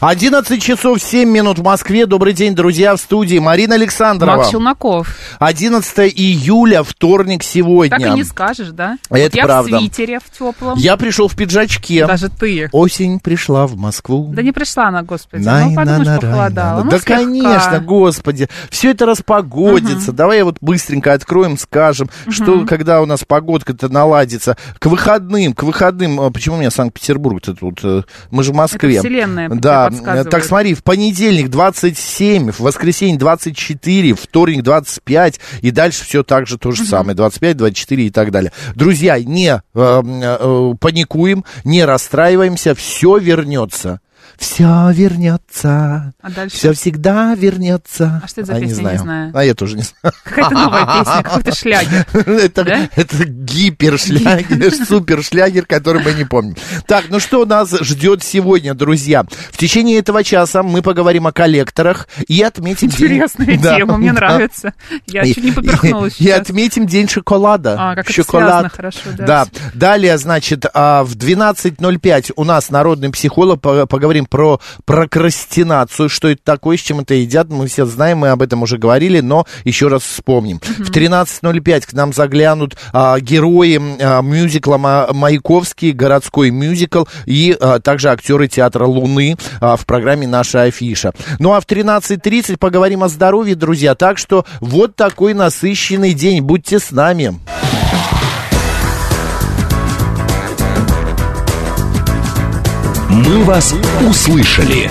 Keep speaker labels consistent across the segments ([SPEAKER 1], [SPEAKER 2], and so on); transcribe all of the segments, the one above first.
[SPEAKER 1] 11 часов 7 минут в Москве. Добрый день, друзья, в студии Марина Александрова.
[SPEAKER 2] Макс Челноков.
[SPEAKER 1] 11 июля, вторник сегодня.
[SPEAKER 2] Так и не скажешь, да?
[SPEAKER 1] Это
[SPEAKER 2] Вот я
[SPEAKER 1] правда.
[SPEAKER 2] в свитере, в теплом.
[SPEAKER 1] Я пришел в пиджачке.
[SPEAKER 2] Даже ты.
[SPEAKER 1] Осень пришла в Москву.
[SPEAKER 2] Да не пришла она, господи.
[SPEAKER 1] Най-
[SPEAKER 2] ну,
[SPEAKER 1] на-
[SPEAKER 2] подумаешь,
[SPEAKER 1] на- рай-
[SPEAKER 2] похолодало.
[SPEAKER 1] на-
[SPEAKER 2] Ну,
[SPEAKER 1] да,
[SPEAKER 2] слегка.
[SPEAKER 1] конечно, господи. Все это распогодится. Давай вот быстренько откроем, скажем, что когда у нас погодка-то наладится. К выходным, к выходным. а, Почему у меня Санкт-Петербург-то тут? э, Мы же в Москве.
[SPEAKER 2] вселенная тебе
[SPEAKER 1] Да, э,
[SPEAKER 2] подсказывает.
[SPEAKER 1] так смотри, в понедельник 27, в воскресенье 24, вторник 25, и дальше все так же то же самое. 25, 24 и так далее. Друзья, не э, э, паникуем, не расстраиваемся, все вернется. Все вернется.
[SPEAKER 2] А дальше?
[SPEAKER 1] Все всегда вернется.
[SPEAKER 2] А что это за
[SPEAKER 1] я
[SPEAKER 2] песня? Я не знаю.
[SPEAKER 1] А я тоже не знаю.
[SPEAKER 2] Какая-то
[SPEAKER 1] а,
[SPEAKER 2] новая песня, какой-то шлягер. Да?
[SPEAKER 1] Это, это гипершлягер, супершлягер, который мы не помним. Так, ну что нас ждет сегодня, друзья? В течение этого часа мы поговорим о коллекторах и отметим... день-
[SPEAKER 2] Интересная
[SPEAKER 1] Да,
[SPEAKER 2] тема, мне
[SPEAKER 1] да.
[SPEAKER 2] нравится. Я
[SPEAKER 1] И-
[SPEAKER 2] чуть не поперхнулась
[SPEAKER 1] И, и
[SPEAKER 2] сейчас.
[SPEAKER 1] отметим день шоколада.
[SPEAKER 2] А, как это связано хорошо, да.
[SPEAKER 1] Далее, значит, а, в 12.05 у нас народный психолог. По- Поговорим про прокрастинацию. Что это такое, с чем это едят. Мы все знаем, мы об этом уже говорили, но еще раз вспомним. В 13.05 к нам заглянут а, герои а, мюзикла Ма- Маяковский, городской мюзикл и а, также актеры театра Луны а, в программе «Наша афиша». Ну а в 13.30 поговорим о здоровье, друзья. Так что вот такой насыщенный день. Будьте с нами.
[SPEAKER 3] «Мы вас услышали».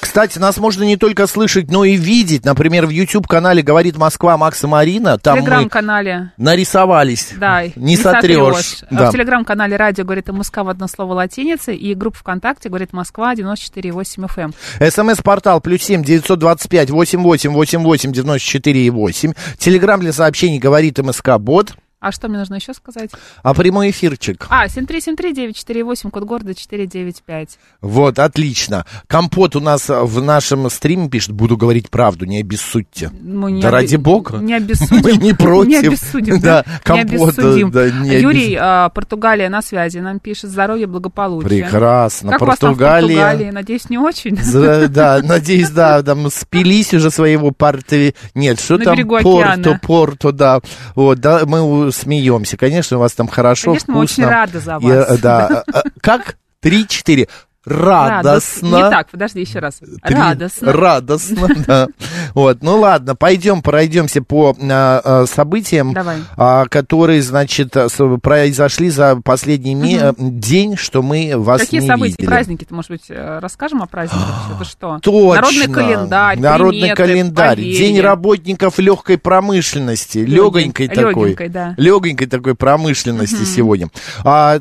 [SPEAKER 1] Кстати, нас можно не только слышать, но и видеть. Например, в YouTube-канале «Говорит Москва» Макса Марина.
[SPEAKER 2] В
[SPEAKER 1] Там мы
[SPEAKER 2] телеграм-канале.
[SPEAKER 1] нарисовались.
[SPEAKER 2] Да,
[SPEAKER 1] не, сотрешь.
[SPEAKER 2] А
[SPEAKER 1] Да.
[SPEAKER 2] В телеграм-канале радио говорит Москва в одно слово латиница и группа ВКонтакте говорит Москва 94,8 FM.
[SPEAKER 1] СМС-портал плюс семь девятьсот двадцать пять восемь восемь восемь восемь девяносто четыре и восемь. Телеграмм для сообщений говорит МСК Бот.
[SPEAKER 2] А что мне нужно еще сказать?
[SPEAKER 1] А прямой эфирчик.
[SPEAKER 2] А, 7373948, код города 495.
[SPEAKER 1] Вот, отлично. Компот у нас э, в нашем стриме пишет, буду говорить правду, не обессудьте.
[SPEAKER 2] Мы не
[SPEAKER 1] да
[SPEAKER 2] обе-
[SPEAKER 1] ради бога.
[SPEAKER 2] Не обессудим.
[SPEAKER 1] Мы не против.
[SPEAKER 2] Не обессудим,
[SPEAKER 1] Да,
[SPEAKER 2] да. Не
[SPEAKER 1] компот, да,
[SPEAKER 2] обессудим.
[SPEAKER 1] да, не
[SPEAKER 2] Юрий, а, Португалия на связи, нам пишет здоровье, благополучие.
[SPEAKER 1] Прекрасно.
[SPEAKER 2] Как у вас там в Португалии? Надеюсь, не очень.
[SPEAKER 1] За- Да, надеюсь, да, там спились уже своего порты. Нет, что
[SPEAKER 2] На
[SPEAKER 1] там
[SPEAKER 2] берегу океана.
[SPEAKER 1] порто, порто, да. Вот, да, мы у- смеемся. Конечно, у вас там хорошо,
[SPEAKER 2] Конечно, мы очень
[SPEAKER 1] вкусно.
[SPEAKER 2] рады за
[SPEAKER 1] И,
[SPEAKER 2] вас.
[SPEAKER 1] э, да. э, э, Как? Три-четыре.
[SPEAKER 2] Радос-
[SPEAKER 1] Радостно.
[SPEAKER 2] Не так, подожди, еще раз.
[SPEAKER 1] Три.
[SPEAKER 2] Радостно.
[SPEAKER 1] Радостно, да. Вот, ну ладно, пойдем пройдемся по а, а, событиям,
[SPEAKER 2] Давай.
[SPEAKER 1] а, которые, значит, а, с- произошли за последний ми- э, день, что мы вас
[SPEAKER 2] Какие
[SPEAKER 1] не
[SPEAKER 2] события,
[SPEAKER 1] видели.
[SPEAKER 2] праздники-то, может быть, э, расскажем о праздниках? Это что?
[SPEAKER 1] А, Точно.
[SPEAKER 2] Народный календарь,
[SPEAKER 1] Народный
[SPEAKER 2] приметы,
[SPEAKER 1] календарь.
[SPEAKER 2] поверья.
[SPEAKER 1] День работников легкой промышленности. Легонькой
[SPEAKER 2] Лёгенькой,
[SPEAKER 1] такой.
[SPEAKER 2] лёгенькой, да.
[SPEAKER 1] Лёгонькой такой промышленности сегодня. А,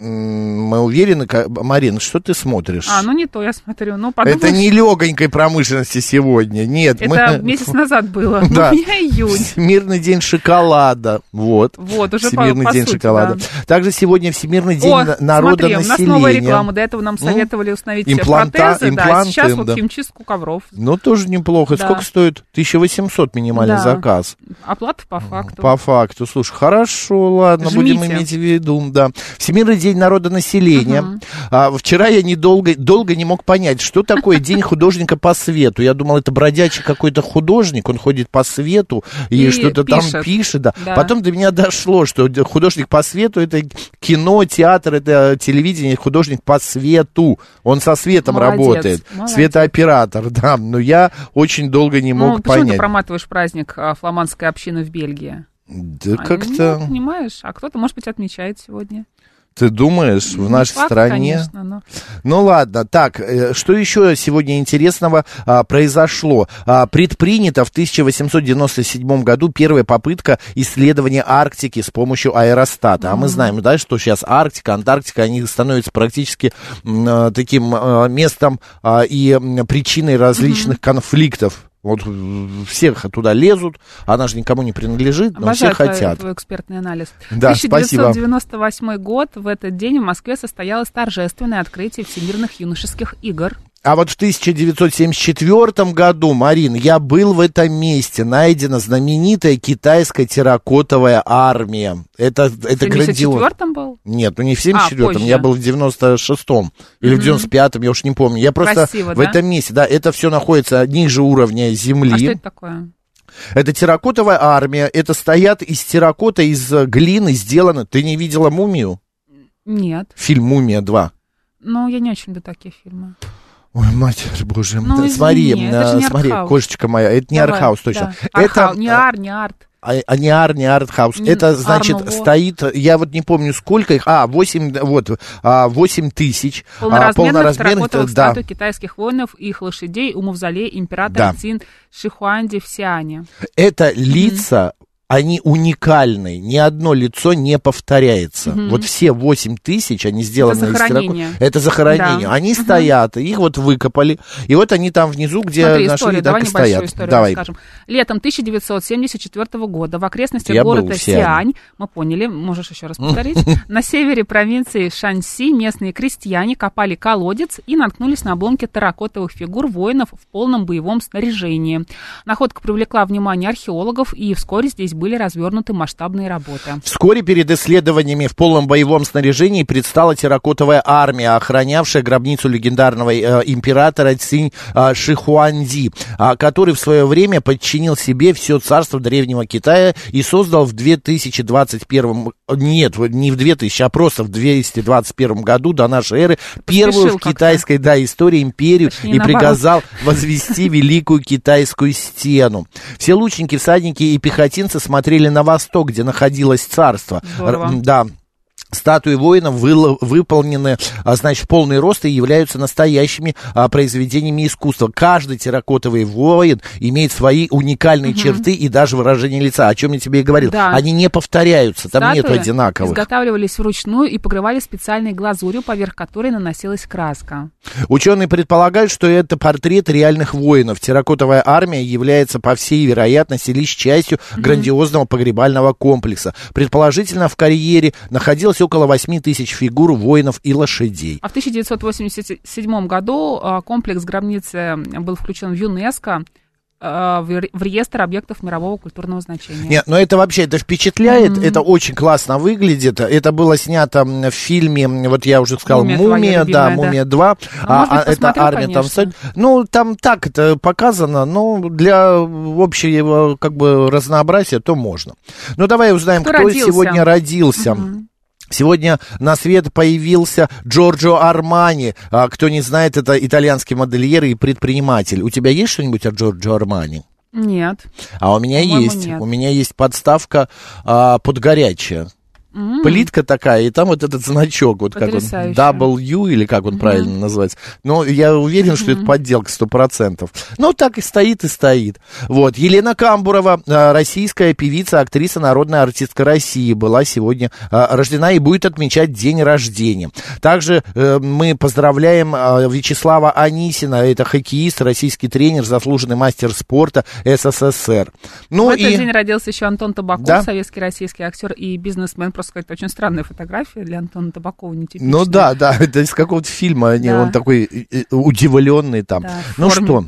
[SPEAKER 1] м, мы уверены, ка- Марина, что ты смотришь?
[SPEAKER 2] А, ну не то, я смотрю. Ну, подумаешь,
[SPEAKER 1] Это не легонькой промышленности сегодня, нет.
[SPEAKER 2] это месяц назад было.
[SPEAKER 1] Да.
[SPEAKER 2] У меня июнь.
[SPEAKER 1] Всемирный день шоколада. Вот.
[SPEAKER 2] Вот, уже по-
[SPEAKER 1] Всемирный
[SPEAKER 2] по
[SPEAKER 1] день
[SPEAKER 2] сути,
[SPEAKER 1] шоколада.
[SPEAKER 2] да.
[SPEAKER 1] Также сегодня Всемирный день
[SPEAKER 2] О,
[SPEAKER 1] на- народа
[SPEAKER 2] смотри,
[SPEAKER 1] Ну,
[SPEAKER 2] у нас новая реклама. До этого нам советовали установить
[SPEAKER 1] Импланта-
[SPEAKER 2] протезы. да,
[SPEAKER 1] импланты,
[SPEAKER 2] сейчас вот
[SPEAKER 1] да.
[SPEAKER 2] химчистку ковров.
[SPEAKER 1] Ну, тоже неплохо.
[SPEAKER 2] Да.
[SPEAKER 1] Сколько стоит? 1800 минимальный
[SPEAKER 2] Да.
[SPEAKER 1] заказ.
[SPEAKER 2] Оплата по факту.
[SPEAKER 1] По факту. Слушай, хорошо, ладно,
[SPEAKER 2] Жмите.
[SPEAKER 1] будем иметь в виду, да. Всемирный день народонаселения. А, вчера я недолго, долго не мог понять, что такое день художника по свету. Я думал, это бродячий какой-то художник, он ходит по свету и,
[SPEAKER 2] И
[SPEAKER 1] что-то там
[SPEAKER 2] пишет.
[SPEAKER 1] пишет, да.
[SPEAKER 2] Да.
[SPEAKER 1] Потом до меня дошло, что д- художник по свету это кино, театр, это телевидение, художник по свету. Он со светом
[SPEAKER 2] Молодец,
[SPEAKER 1] работает.
[SPEAKER 2] молодец.
[SPEAKER 1] Светооператор, да. Но я очень долго не
[SPEAKER 2] Ну,
[SPEAKER 1] мог
[SPEAKER 2] почему ты
[SPEAKER 1] понять.
[SPEAKER 2] проматываешь праздник а, фламандской общины в Бельгии?
[SPEAKER 1] Да
[SPEAKER 2] А,
[SPEAKER 1] как-то...
[SPEAKER 2] ну, понимаешь, а кто-то, может быть, отмечает сегодня.
[SPEAKER 1] Ты думаешь, в нашей
[SPEAKER 2] Факт,
[SPEAKER 1] стране?
[SPEAKER 2] конечно, но-
[SPEAKER 1] Ну ладно, так, э, что еще сегодня интересного а, произошло? А, предпринята в 1897 году первая попытка исследования Арктики с помощью аэростата. А мы знаем, да, что сейчас Арктика, Антарктика, они становятся практически м, э, таким э, местом а, и м, причиной различных конфликтов. Вот э, всех туда лезут, она же никому не принадлежит, но все
[SPEAKER 2] Обожаю твой-
[SPEAKER 1] хотят.
[SPEAKER 2] твой экспертный анализ.
[SPEAKER 1] Да,
[SPEAKER 2] 1998 год. В этот день в Москве состоялось торжественное открытие всемирных юношеских игр.
[SPEAKER 1] А вот в 1974 году, Марин, я был в этом месте, найдена знаменитая китайская терракотовая армия. Это, это
[SPEAKER 2] в
[SPEAKER 1] грандиозно.
[SPEAKER 2] 74-м был?
[SPEAKER 1] Нет, ну не в 74-м,
[SPEAKER 2] А, позже.
[SPEAKER 1] я был в 96-м или в 95-м, я уж не помню. Я просто
[SPEAKER 2] Красиво,
[SPEAKER 1] в
[SPEAKER 2] да?
[SPEAKER 1] этом месте, да, это все находится ниже уровня земли.
[SPEAKER 2] А что это такое?
[SPEAKER 1] Это терракотовая армия, это стоят из терракота, из э, глины сделано. Ты не видела «Мумию»?
[SPEAKER 2] Нет.
[SPEAKER 1] Фильм «Мумия 2».
[SPEAKER 2] Ну, я не очень люблю такие фильмы.
[SPEAKER 1] Ой, матерь божья,
[SPEAKER 2] Ну,
[SPEAKER 1] да,
[SPEAKER 2] извини,
[SPEAKER 1] смотри,
[SPEAKER 2] это же
[SPEAKER 1] э,
[SPEAKER 2] не
[SPEAKER 1] смотри,
[SPEAKER 2] артхаус.
[SPEAKER 1] кошечка моя, это не
[SPEAKER 2] Давай,
[SPEAKER 1] архаус точно.
[SPEAKER 2] да.
[SPEAKER 1] Это э,
[SPEAKER 2] Архау- не ар, не арт.
[SPEAKER 1] а, а не ар, не артхаус.
[SPEAKER 2] М,
[SPEAKER 1] Это значит
[SPEAKER 2] Арно, вот.
[SPEAKER 1] стоит, я вот не помню сколько их, а, 8, вот, а, 8 тысяч. а,
[SPEAKER 2] Полноразмерных
[SPEAKER 1] полноразмерных,
[SPEAKER 2] терракотовых
[SPEAKER 1] да.
[SPEAKER 2] статуй китайских воинов и их лошадей у мавзолея императора
[SPEAKER 1] Да.
[SPEAKER 2] Цин Шихуанди в Сиане.
[SPEAKER 1] Это лица, они уникальны, ни одно лицо не повторяется. Вот все 8 тысяч, они сделаны из
[SPEAKER 2] захоронение.
[SPEAKER 1] терракота. Это захоронение.
[SPEAKER 2] Да.
[SPEAKER 1] Они стоят, их вот выкопали, и вот они там внизу, где
[SPEAKER 2] Смотри,
[SPEAKER 1] нашли,
[SPEAKER 2] историю,
[SPEAKER 1] так
[SPEAKER 2] давай
[SPEAKER 1] и
[SPEAKER 2] небольшую
[SPEAKER 1] стоят.
[SPEAKER 2] историю
[SPEAKER 1] давай.
[SPEAKER 2] расскажем. Летом 1974 года в окрестностях
[SPEAKER 1] Я был
[SPEAKER 2] города
[SPEAKER 1] в Сиане.
[SPEAKER 2] Сиань, мы поняли, можешь еще раз повторить, на севере провинции Шанси местные крестьяне копали колодец и наткнулись на обломки терракотовых фигур воинов в полном боевом снаряжении. Находка привлекла внимание археологов, и вскоре здесь были развернуты масштабные работы.
[SPEAKER 1] Вскоре перед исследованиями в полном боевом снаряжении предстала терракотовая армия, охранявшая гробницу легендарного э, императора Цинь э, Шихуанди, а, который в свое время подчинил себе все царство Древнего Китая и создал в 2021, нет, вот не в 2000, а просто в 221 году до нашей эры первую в
[SPEAKER 2] как-то.
[SPEAKER 1] китайской да, истории империю
[SPEAKER 2] Точнее,
[SPEAKER 1] и
[SPEAKER 2] наоборот.
[SPEAKER 1] приказал приказал возвести великую китайскую стену. Все лучники, всадники и пехотинцы смотрели на восток, где находилось царство.
[SPEAKER 2] Здорово.
[SPEAKER 1] Р- м, да. Статуи воинов выло- выполнены, а, значит, в полный рост и являются настоящими а, произведениями искусства. Каждый терракотовый воин имеет свои уникальные черты и даже выражение лица, о чем я тебе и говорил.
[SPEAKER 2] Да.
[SPEAKER 1] Они не повторяются, там нет
[SPEAKER 2] Статуи
[SPEAKER 1] одинаковых.
[SPEAKER 2] изготавливались вручную и покрывали специальной глазурью, поверх которой наносилась краска.
[SPEAKER 1] Ученые предполагают, что это портрет реальных воинов. Терракотовая армия является, по всей вероятности, лишь частью грандиозного погребального комплекса. Предположительно, в карьере находилось около 8 тысяч фигур воинов и лошадей.
[SPEAKER 2] А в 1987 году а, комплекс гробницы был включен в ЮНЕСКО а, в ре- в реестр объектов мирового культурного значения.
[SPEAKER 1] Нет, но ну, это вообще, это впечатляет, это очень классно выглядит. Это было снято м, в фильме, м, вот я уже сказал,
[SPEAKER 2] «Мумия»
[SPEAKER 1] «Мумия»,
[SPEAKER 2] твоя
[SPEAKER 1] да,
[SPEAKER 2] любимая, да.
[SPEAKER 1] «Мумия 2».
[SPEAKER 2] Ну, может быть,
[SPEAKER 1] это
[SPEAKER 2] посмотрю,
[SPEAKER 1] армия там
[SPEAKER 2] конечно.
[SPEAKER 1] стоит. Ну, там так это показано, но для общего как бы разнообразия то можно. Ну, давай узнаем,
[SPEAKER 2] Кто
[SPEAKER 1] кто,
[SPEAKER 2] родился?
[SPEAKER 1] сегодня родился. Сегодня на свет появился Джорджо Армани. А, кто не знает, это итальянский модельер и предприниматель. У тебя есть что-нибудь о Джорджо Армани?
[SPEAKER 2] Нет.
[SPEAKER 1] А у меня
[SPEAKER 2] По-моему,
[SPEAKER 1] есть.
[SPEAKER 2] нет.
[SPEAKER 1] У меня есть подставка а, под горячее. Плитка такая, и там вот этот значок, вот
[SPEAKER 2] Потрясающе.
[SPEAKER 1] как он, W или как он правильно называется. Но я уверен, что это подделка 100%. Ну, так и стоит, и стоит. Вот, Елена Камбурова, а, российская певица, актриса, народная артистка России, была сегодня а, рождена и будет отмечать день рождения. Также э, мы поздравляем а, Вячеслава Анисина, это хоккеист, российский тренер, заслуженный мастер спорта СССР. Ну,
[SPEAKER 2] В этот
[SPEAKER 1] и...
[SPEAKER 2] день родился еще Антон Табаков,
[SPEAKER 1] Да.
[SPEAKER 2] советский российский актер и бизнесмен. Просто сказать, очень странная фотография для Антона Табакова, нетипичная.
[SPEAKER 1] Ну да, да, это из какого-то фильма, они-
[SPEAKER 2] Да.
[SPEAKER 1] он такой э, удивленный там.
[SPEAKER 2] Да, в
[SPEAKER 1] ну
[SPEAKER 2] форме.
[SPEAKER 1] что?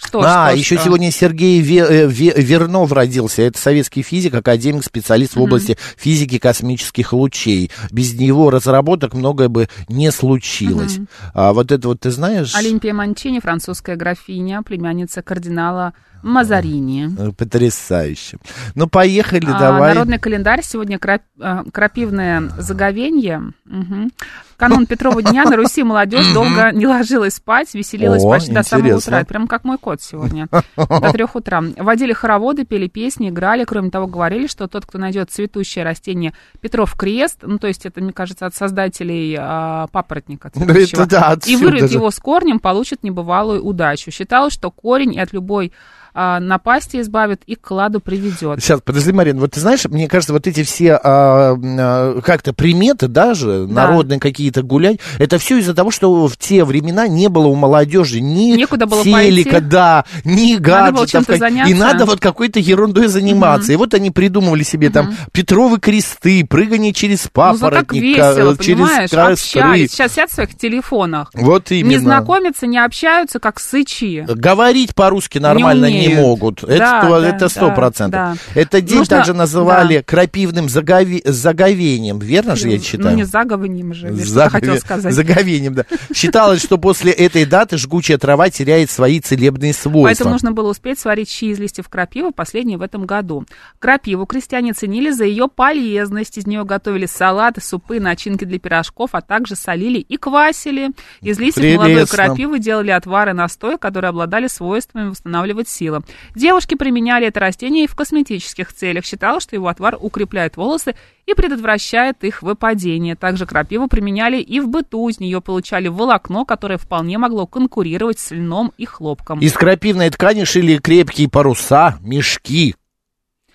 [SPEAKER 2] Что,
[SPEAKER 1] а,
[SPEAKER 2] что, э,
[SPEAKER 1] еще
[SPEAKER 2] что?
[SPEAKER 1] сегодня Сергей Ве- э, Ве- Вернов родился. Это советский физик, академик, специалист в области физики космических лучей. Без него разработок многое бы не случилось. А вот это вот ты знаешь?
[SPEAKER 2] Олимпия Манчини, французская графиня, племянница кардинала Мазарини.
[SPEAKER 1] Э, Потрясающе. Ну, поехали,
[SPEAKER 2] А,
[SPEAKER 1] давай.
[SPEAKER 2] Народный календарь. Сегодня крап- а, крапивное заговенье. Мгм. Канун Петрова дня на Руси молодежь долго не ложилась спать, веселилась
[SPEAKER 1] О,
[SPEAKER 2] почти до самого
[SPEAKER 1] интересно.
[SPEAKER 2] утра. Прям как мой кот сегодня. До трех утра. Водили хороводы, пели песни, играли. Кроме того, говорили, что тот, кто найдет цветущее растение Петров крест, ну, то есть это, мне кажется, от создателей а, папоротника
[SPEAKER 1] Да, Ну, это
[SPEAKER 2] цветущего,
[SPEAKER 1] да,
[SPEAKER 2] и
[SPEAKER 1] отсюда
[SPEAKER 2] вырвет
[SPEAKER 1] же.
[SPEAKER 2] его с корнем, получит небывалую удачу. Считалось, что корень и от любой а, напасти избавит и к кладу приведет.
[SPEAKER 1] Сейчас, подожди, Марин, вот ты знаешь, мне кажется, вот эти все а, м, а, как-то приметы даже, народные какие-то гулять, это все из-за того, что в те времена не было у молодежи ни
[SPEAKER 2] Некуда было
[SPEAKER 1] телека,
[SPEAKER 2] пойти.
[SPEAKER 1] да, ни гаджетов.
[SPEAKER 2] было чем-то
[SPEAKER 1] как-
[SPEAKER 2] заняться.
[SPEAKER 1] И надо вот какой-то ерундой заниматься. И вот они придумывали себе там Петровы кресты, прыгание через
[SPEAKER 2] Ну, зато как
[SPEAKER 1] папоротник, ка-
[SPEAKER 2] весело,
[SPEAKER 1] через
[SPEAKER 2] понимаешь,
[SPEAKER 1] костры.
[SPEAKER 2] общались. Сейчас сидят в своих телефонах.
[SPEAKER 1] Вот именно.
[SPEAKER 2] Не знакомятся, не общаются, как сычи.
[SPEAKER 1] Говорить по-русски нормально
[SPEAKER 2] умеют.
[SPEAKER 1] не, могут. Это
[SPEAKER 2] Да,
[SPEAKER 1] сто-
[SPEAKER 2] да,
[SPEAKER 1] это сто
[SPEAKER 2] да,
[SPEAKER 1] процентов.
[SPEAKER 2] да.
[SPEAKER 1] Этот день
[SPEAKER 2] Нужно-
[SPEAKER 1] также называли крапивным загове- заговением. Верно же я
[SPEAKER 2] Ну, не
[SPEAKER 1] читаю?
[SPEAKER 2] заговорением же, я
[SPEAKER 1] Загове-
[SPEAKER 2] что хотела сказать.
[SPEAKER 1] Заговением, да. Считалось, что после этой даты жгучая трава теряет свои целебные
[SPEAKER 2] Поэтому
[SPEAKER 1] свойства.
[SPEAKER 2] нужно было успеть сварить щи из листьев крапивы, последние в этом году. Крапиву крестьяне ценили за ее полезность. Из нее готовили салаты, супы, начинки для пирожков, а также солили и квасили. Из листьев молодой
[SPEAKER 1] Прелестно.
[SPEAKER 2] крапивы делали отвары настои, которые обладали свойствами восстанавливать силы. Девушки применяли это растение и в косметических целях. Считалось, что его отвар укрепляет волосы и предотвращает их выпадение. Также крапиву применяли и в быту. Из нее получали волокно, которое вполне могло конкурировать с льном и хлопком.
[SPEAKER 1] Из крапивной ткани шили крепкие паруса, мешки,
[SPEAKER 2] А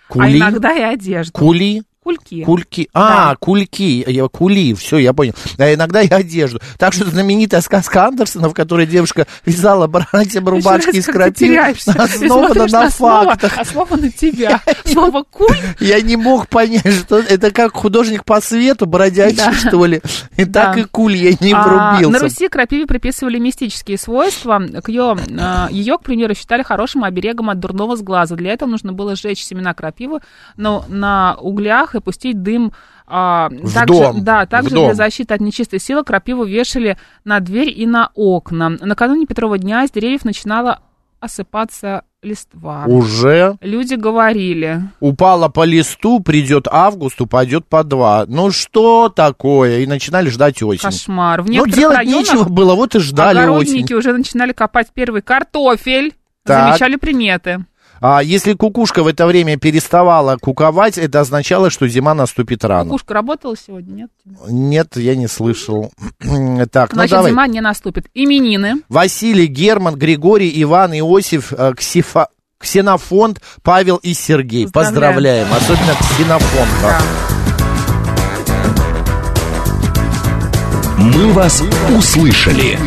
[SPEAKER 1] кули.
[SPEAKER 2] иногда и одежду.
[SPEAKER 1] Кули,
[SPEAKER 2] Кульки.
[SPEAKER 1] кульки, а,
[SPEAKER 2] Да.
[SPEAKER 1] кульки, Я- кули, все, я понял. А иногда и одежду. Так что знаменитая сказка Андерсона, в которой девушка вязала братьям рубашки
[SPEAKER 2] Представляешь, как
[SPEAKER 1] из
[SPEAKER 2] ты
[SPEAKER 1] крапивы,
[SPEAKER 2] теряешься. И
[SPEAKER 1] основана
[SPEAKER 2] смотришь
[SPEAKER 1] на
[SPEAKER 2] слово,
[SPEAKER 1] фактах.
[SPEAKER 2] а слово на тебя. Слово куль.
[SPEAKER 1] Я не мог понять, что это как художник по свету, бродячий,
[SPEAKER 2] Да.
[SPEAKER 1] что ли. И так
[SPEAKER 2] Да.
[SPEAKER 1] и куль я не
[SPEAKER 2] А,
[SPEAKER 1] врубился.
[SPEAKER 2] На Руси крапиве приписывали мистические свойства. К ее, ее, к примеру, считали хорошим оберегом от дурного сглаза. Для этого нужно было сжечь семена крапивы но на углях и пустить дым. а,
[SPEAKER 1] В
[SPEAKER 2] также,
[SPEAKER 1] дом.
[SPEAKER 2] Да,
[SPEAKER 1] В
[SPEAKER 2] также
[SPEAKER 1] дом.
[SPEAKER 2] для защиты от нечистой силы крапиву вешали на дверь и на окна. Накануне Петрова дня с деревьев начинала осыпаться листва.
[SPEAKER 1] Уже
[SPEAKER 2] Люди говорили,
[SPEAKER 1] упала по листу, придет август, упадет по два. Ну что такое? И начинали ждать осень.
[SPEAKER 2] Кошмар. В
[SPEAKER 1] Ну,
[SPEAKER 2] некоторых
[SPEAKER 1] делать
[SPEAKER 2] районах
[SPEAKER 1] нечего было, вот и ждали осень.
[SPEAKER 2] огородники уже начинали копать первый картофель.
[SPEAKER 1] Так.
[SPEAKER 2] Замечали приметы.
[SPEAKER 1] А если кукушка в это время переставала куковать, это означало, что зима наступит рано.
[SPEAKER 2] Кукушка работала сегодня, нет?
[SPEAKER 1] Нет, я не слышал. так, ну
[SPEAKER 2] Значит,
[SPEAKER 1] давай.
[SPEAKER 2] зима не наступит. Именины.
[SPEAKER 1] Василий, Герман, Григорий, Иван, Иосиф, э, Ксифа- Ксенофонт, Павел и Сергей. Поздравляем,
[SPEAKER 2] Поздравляем.
[SPEAKER 1] особенно Ксенофонта.
[SPEAKER 3] «Мы вас услышали».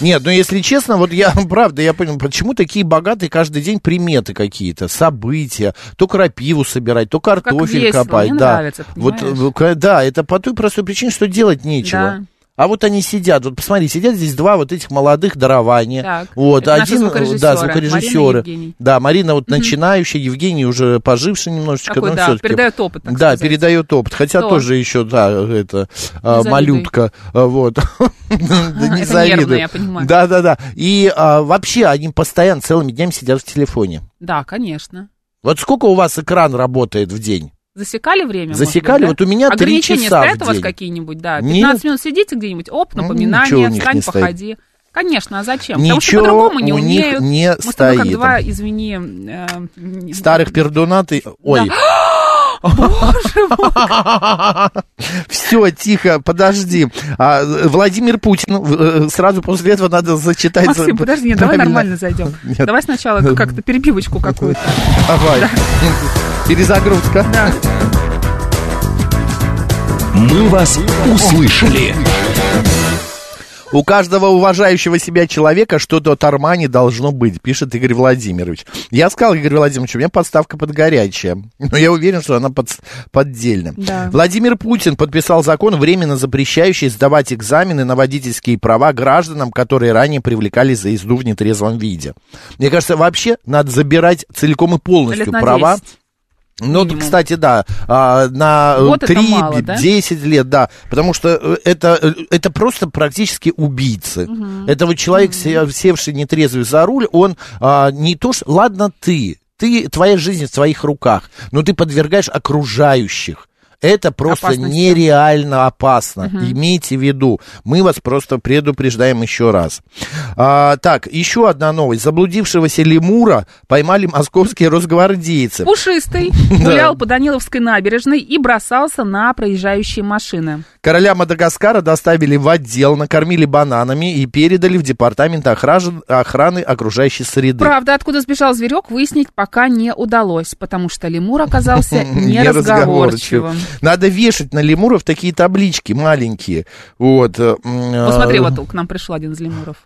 [SPEAKER 1] Нет, ну если честно, вот я, правда, я понял, почему такие богатые каждый день приметы какие-то, события, то крапиву собирать,
[SPEAKER 2] Ну,
[SPEAKER 1] то картофель
[SPEAKER 2] весело,
[SPEAKER 1] копать,
[SPEAKER 2] мне
[SPEAKER 1] да.
[SPEAKER 2] нравится,
[SPEAKER 1] вот,
[SPEAKER 2] понимаешь?
[SPEAKER 1] э, к- да, это по той простой причине, что делать нечего.
[SPEAKER 2] Да.
[SPEAKER 1] А вот они сидят, вот посмотри, сидят здесь два вот этих молодых дарования.
[SPEAKER 2] Так,
[SPEAKER 1] вот,
[SPEAKER 2] это наши
[SPEAKER 1] один, э,
[SPEAKER 2] звукорежиссеры,
[SPEAKER 1] да,
[SPEAKER 2] Марина и
[SPEAKER 1] звукорежиссеры.
[SPEAKER 2] Евгений.
[SPEAKER 1] да, Марина вот начинающая, Евгений уже поживший немножечко,
[SPEAKER 2] Такой,
[SPEAKER 1] но
[SPEAKER 2] да,
[SPEAKER 1] все-таки.
[SPEAKER 2] передает опыт, так
[SPEAKER 1] да,
[SPEAKER 2] сказать.
[SPEAKER 1] передает опыт, хотя
[SPEAKER 2] Кто?
[SPEAKER 1] тоже еще, да, это, а,
[SPEAKER 2] завидуй.
[SPEAKER 1] малютка, а, вот. Да не
[SPEAKER 2] Это
[SPEAKER 1] завидую.
[SPEAKER 2] нервно, я понимаю.
[SPEAKER 1] Да, да, да. И а, вообще они постоянно целыми днями сидят в телефоне.
[SPEAKER 2] Да, конечно.
[SPEAKER 1] Вот сколько у вас экран работает в день?
[SPEAKER 2] Засекали время?
[SPEAKER 1] Засекали?
[SPEAKER 2] может быть, да?
[SPEAKER 1] Вот у меня три
[SPEAKER 2] Ограничения
[SPEAKER 1] часа в
[SPEAKER 2] стоят у вас
[SPEAKER 1] день.
[SPEAKER 2] какие-нибудь, да?
[SPEAKER 1] Нет.
[SPEAKER 2] 15 минут сидите где-нибудь, оп,
[SPEAKER 1] Ну,
[SPEAKER 2] напоминание,
[SPEAKER 1] ничего у них
[SPEAKER 2] встань,
[SPEAKER 1] не стоит.
[SPEAKER 2] походи. Конечно, а зачем? Потому что
[SPEAKER 1] Ничего
[SPEAKER 2] по-другому не
[SPEAKER 1] у них
[SPEAKER 2] умеют.
[SPEAKER 1] не
[SPEAKER 2] Мы с тобой как
[SPEAKER 1] стоит.
[SPEAKER 2] два, извини, э, не-
[SPEAKER 1] Старых пердунат и... Ой. Все, тихо, подожди. А, Владимир Путин, в- э, сразу после этого надо зачитать...
[SPEAKER 2] Максим, подожди, нет, давай
[SPEAKER 1] правильно.
[SPEAKER 2] нормально зайдем.
[SPEAKER 1] Нет.
[SPEAKER 2] Давай сначала как- как-то перебивочку какую-то.
[SPEAKER 1] Давай. Перезагрузка.
[SPEAKER 2] Да.
[SPEAKER 3] «Мы вас услышали».
[SPEAKER 1] У каждого уважающего себя человека что-то от Армани должно быть, пишет Игорь Владимирович. Я сказал, Игорь Владимирович, у меня подставка под горячее. Но я уверен, что она под, поддельная.
[SPEAKER 2] Да.
[SPEAKER 1] Владимир Путин подписал закон, временно запрещающий сдавать экзамены на водительские права гражданам, которые ранее привлекались за езду в нетрезвом виде. Мне кажется, вообще надо забирать целиком и полностью
[SPEAKER 2] Лет на
[SPEAKER 1] права.
[SPEAKER 2] 10.
[SPEAKER 1] Ну,
[SPEAKER 2] Минимум.
[SPEAKER 1] кстати, да, а, на
[SPEAKER 2] Год это мало, да?
[SPEAKER 1] 3-10 лет, да, потому что э, это, э, это просто практически убийцы. Это вот человек, се- севший нетрезвый за руль, он а, не то что... Ладно ты, ты, твоя жизнь в твоих руках, но ты подвергаешь окружающих. Это просто
[SPEAKER 2] Опасности.
[SPEAKER 1] нереально опасно. Имейте в виду. Мы вас просто предупреждаем еще раз. А, так, еще одна новость. Заблудившегося лемура поймали московские росгвардейцы.
[SPEAKER 2] Пушистый гулял по Даниловской набережной и бросался на проезжающие машины.
[SPEAKER 1] Короля Мадагаскара доставили в отдел, накормили бананами и передали в департамент охраж- охраны окружающей среды.
[SPEAKER 2] Правда, откуда сбежал зверек, выяснить пока не удалось, потому что лемур оказался
[SPEAKER 1] Неразговорчив.
[SPEAKER 2] неразговорчивым.
[SPEAKER 1] Надо вешать на лемуров такие таблички маленькие. Вот. э, Посмотри,
[SPEAKER 2] Посмотри,
[SPEAKER 1] А.
[SPEAKER 2] вот к нам пришел один из лемуров.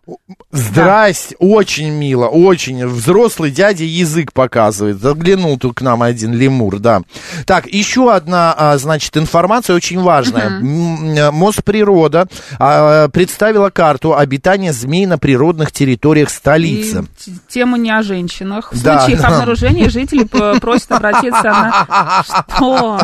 [SPEAKER 1] Здрасте, очень мило, очень. Взрослый дядя язык показывает. Заглянул тут к нам один лемур, да. Так, еще одна, а, значит, информация очень важная. М, э, Мосприрода а, представила карту обитания змей на природных территориях
[SPEAKER 2] И
[SPEAKER 1] столицы.
[SPEAKER 2] т- тема не о женщинах. В
[SPEAKER 1] Да.
[SPEAKER 2] случае их обнаружения жители п- просят обратиться на... Что?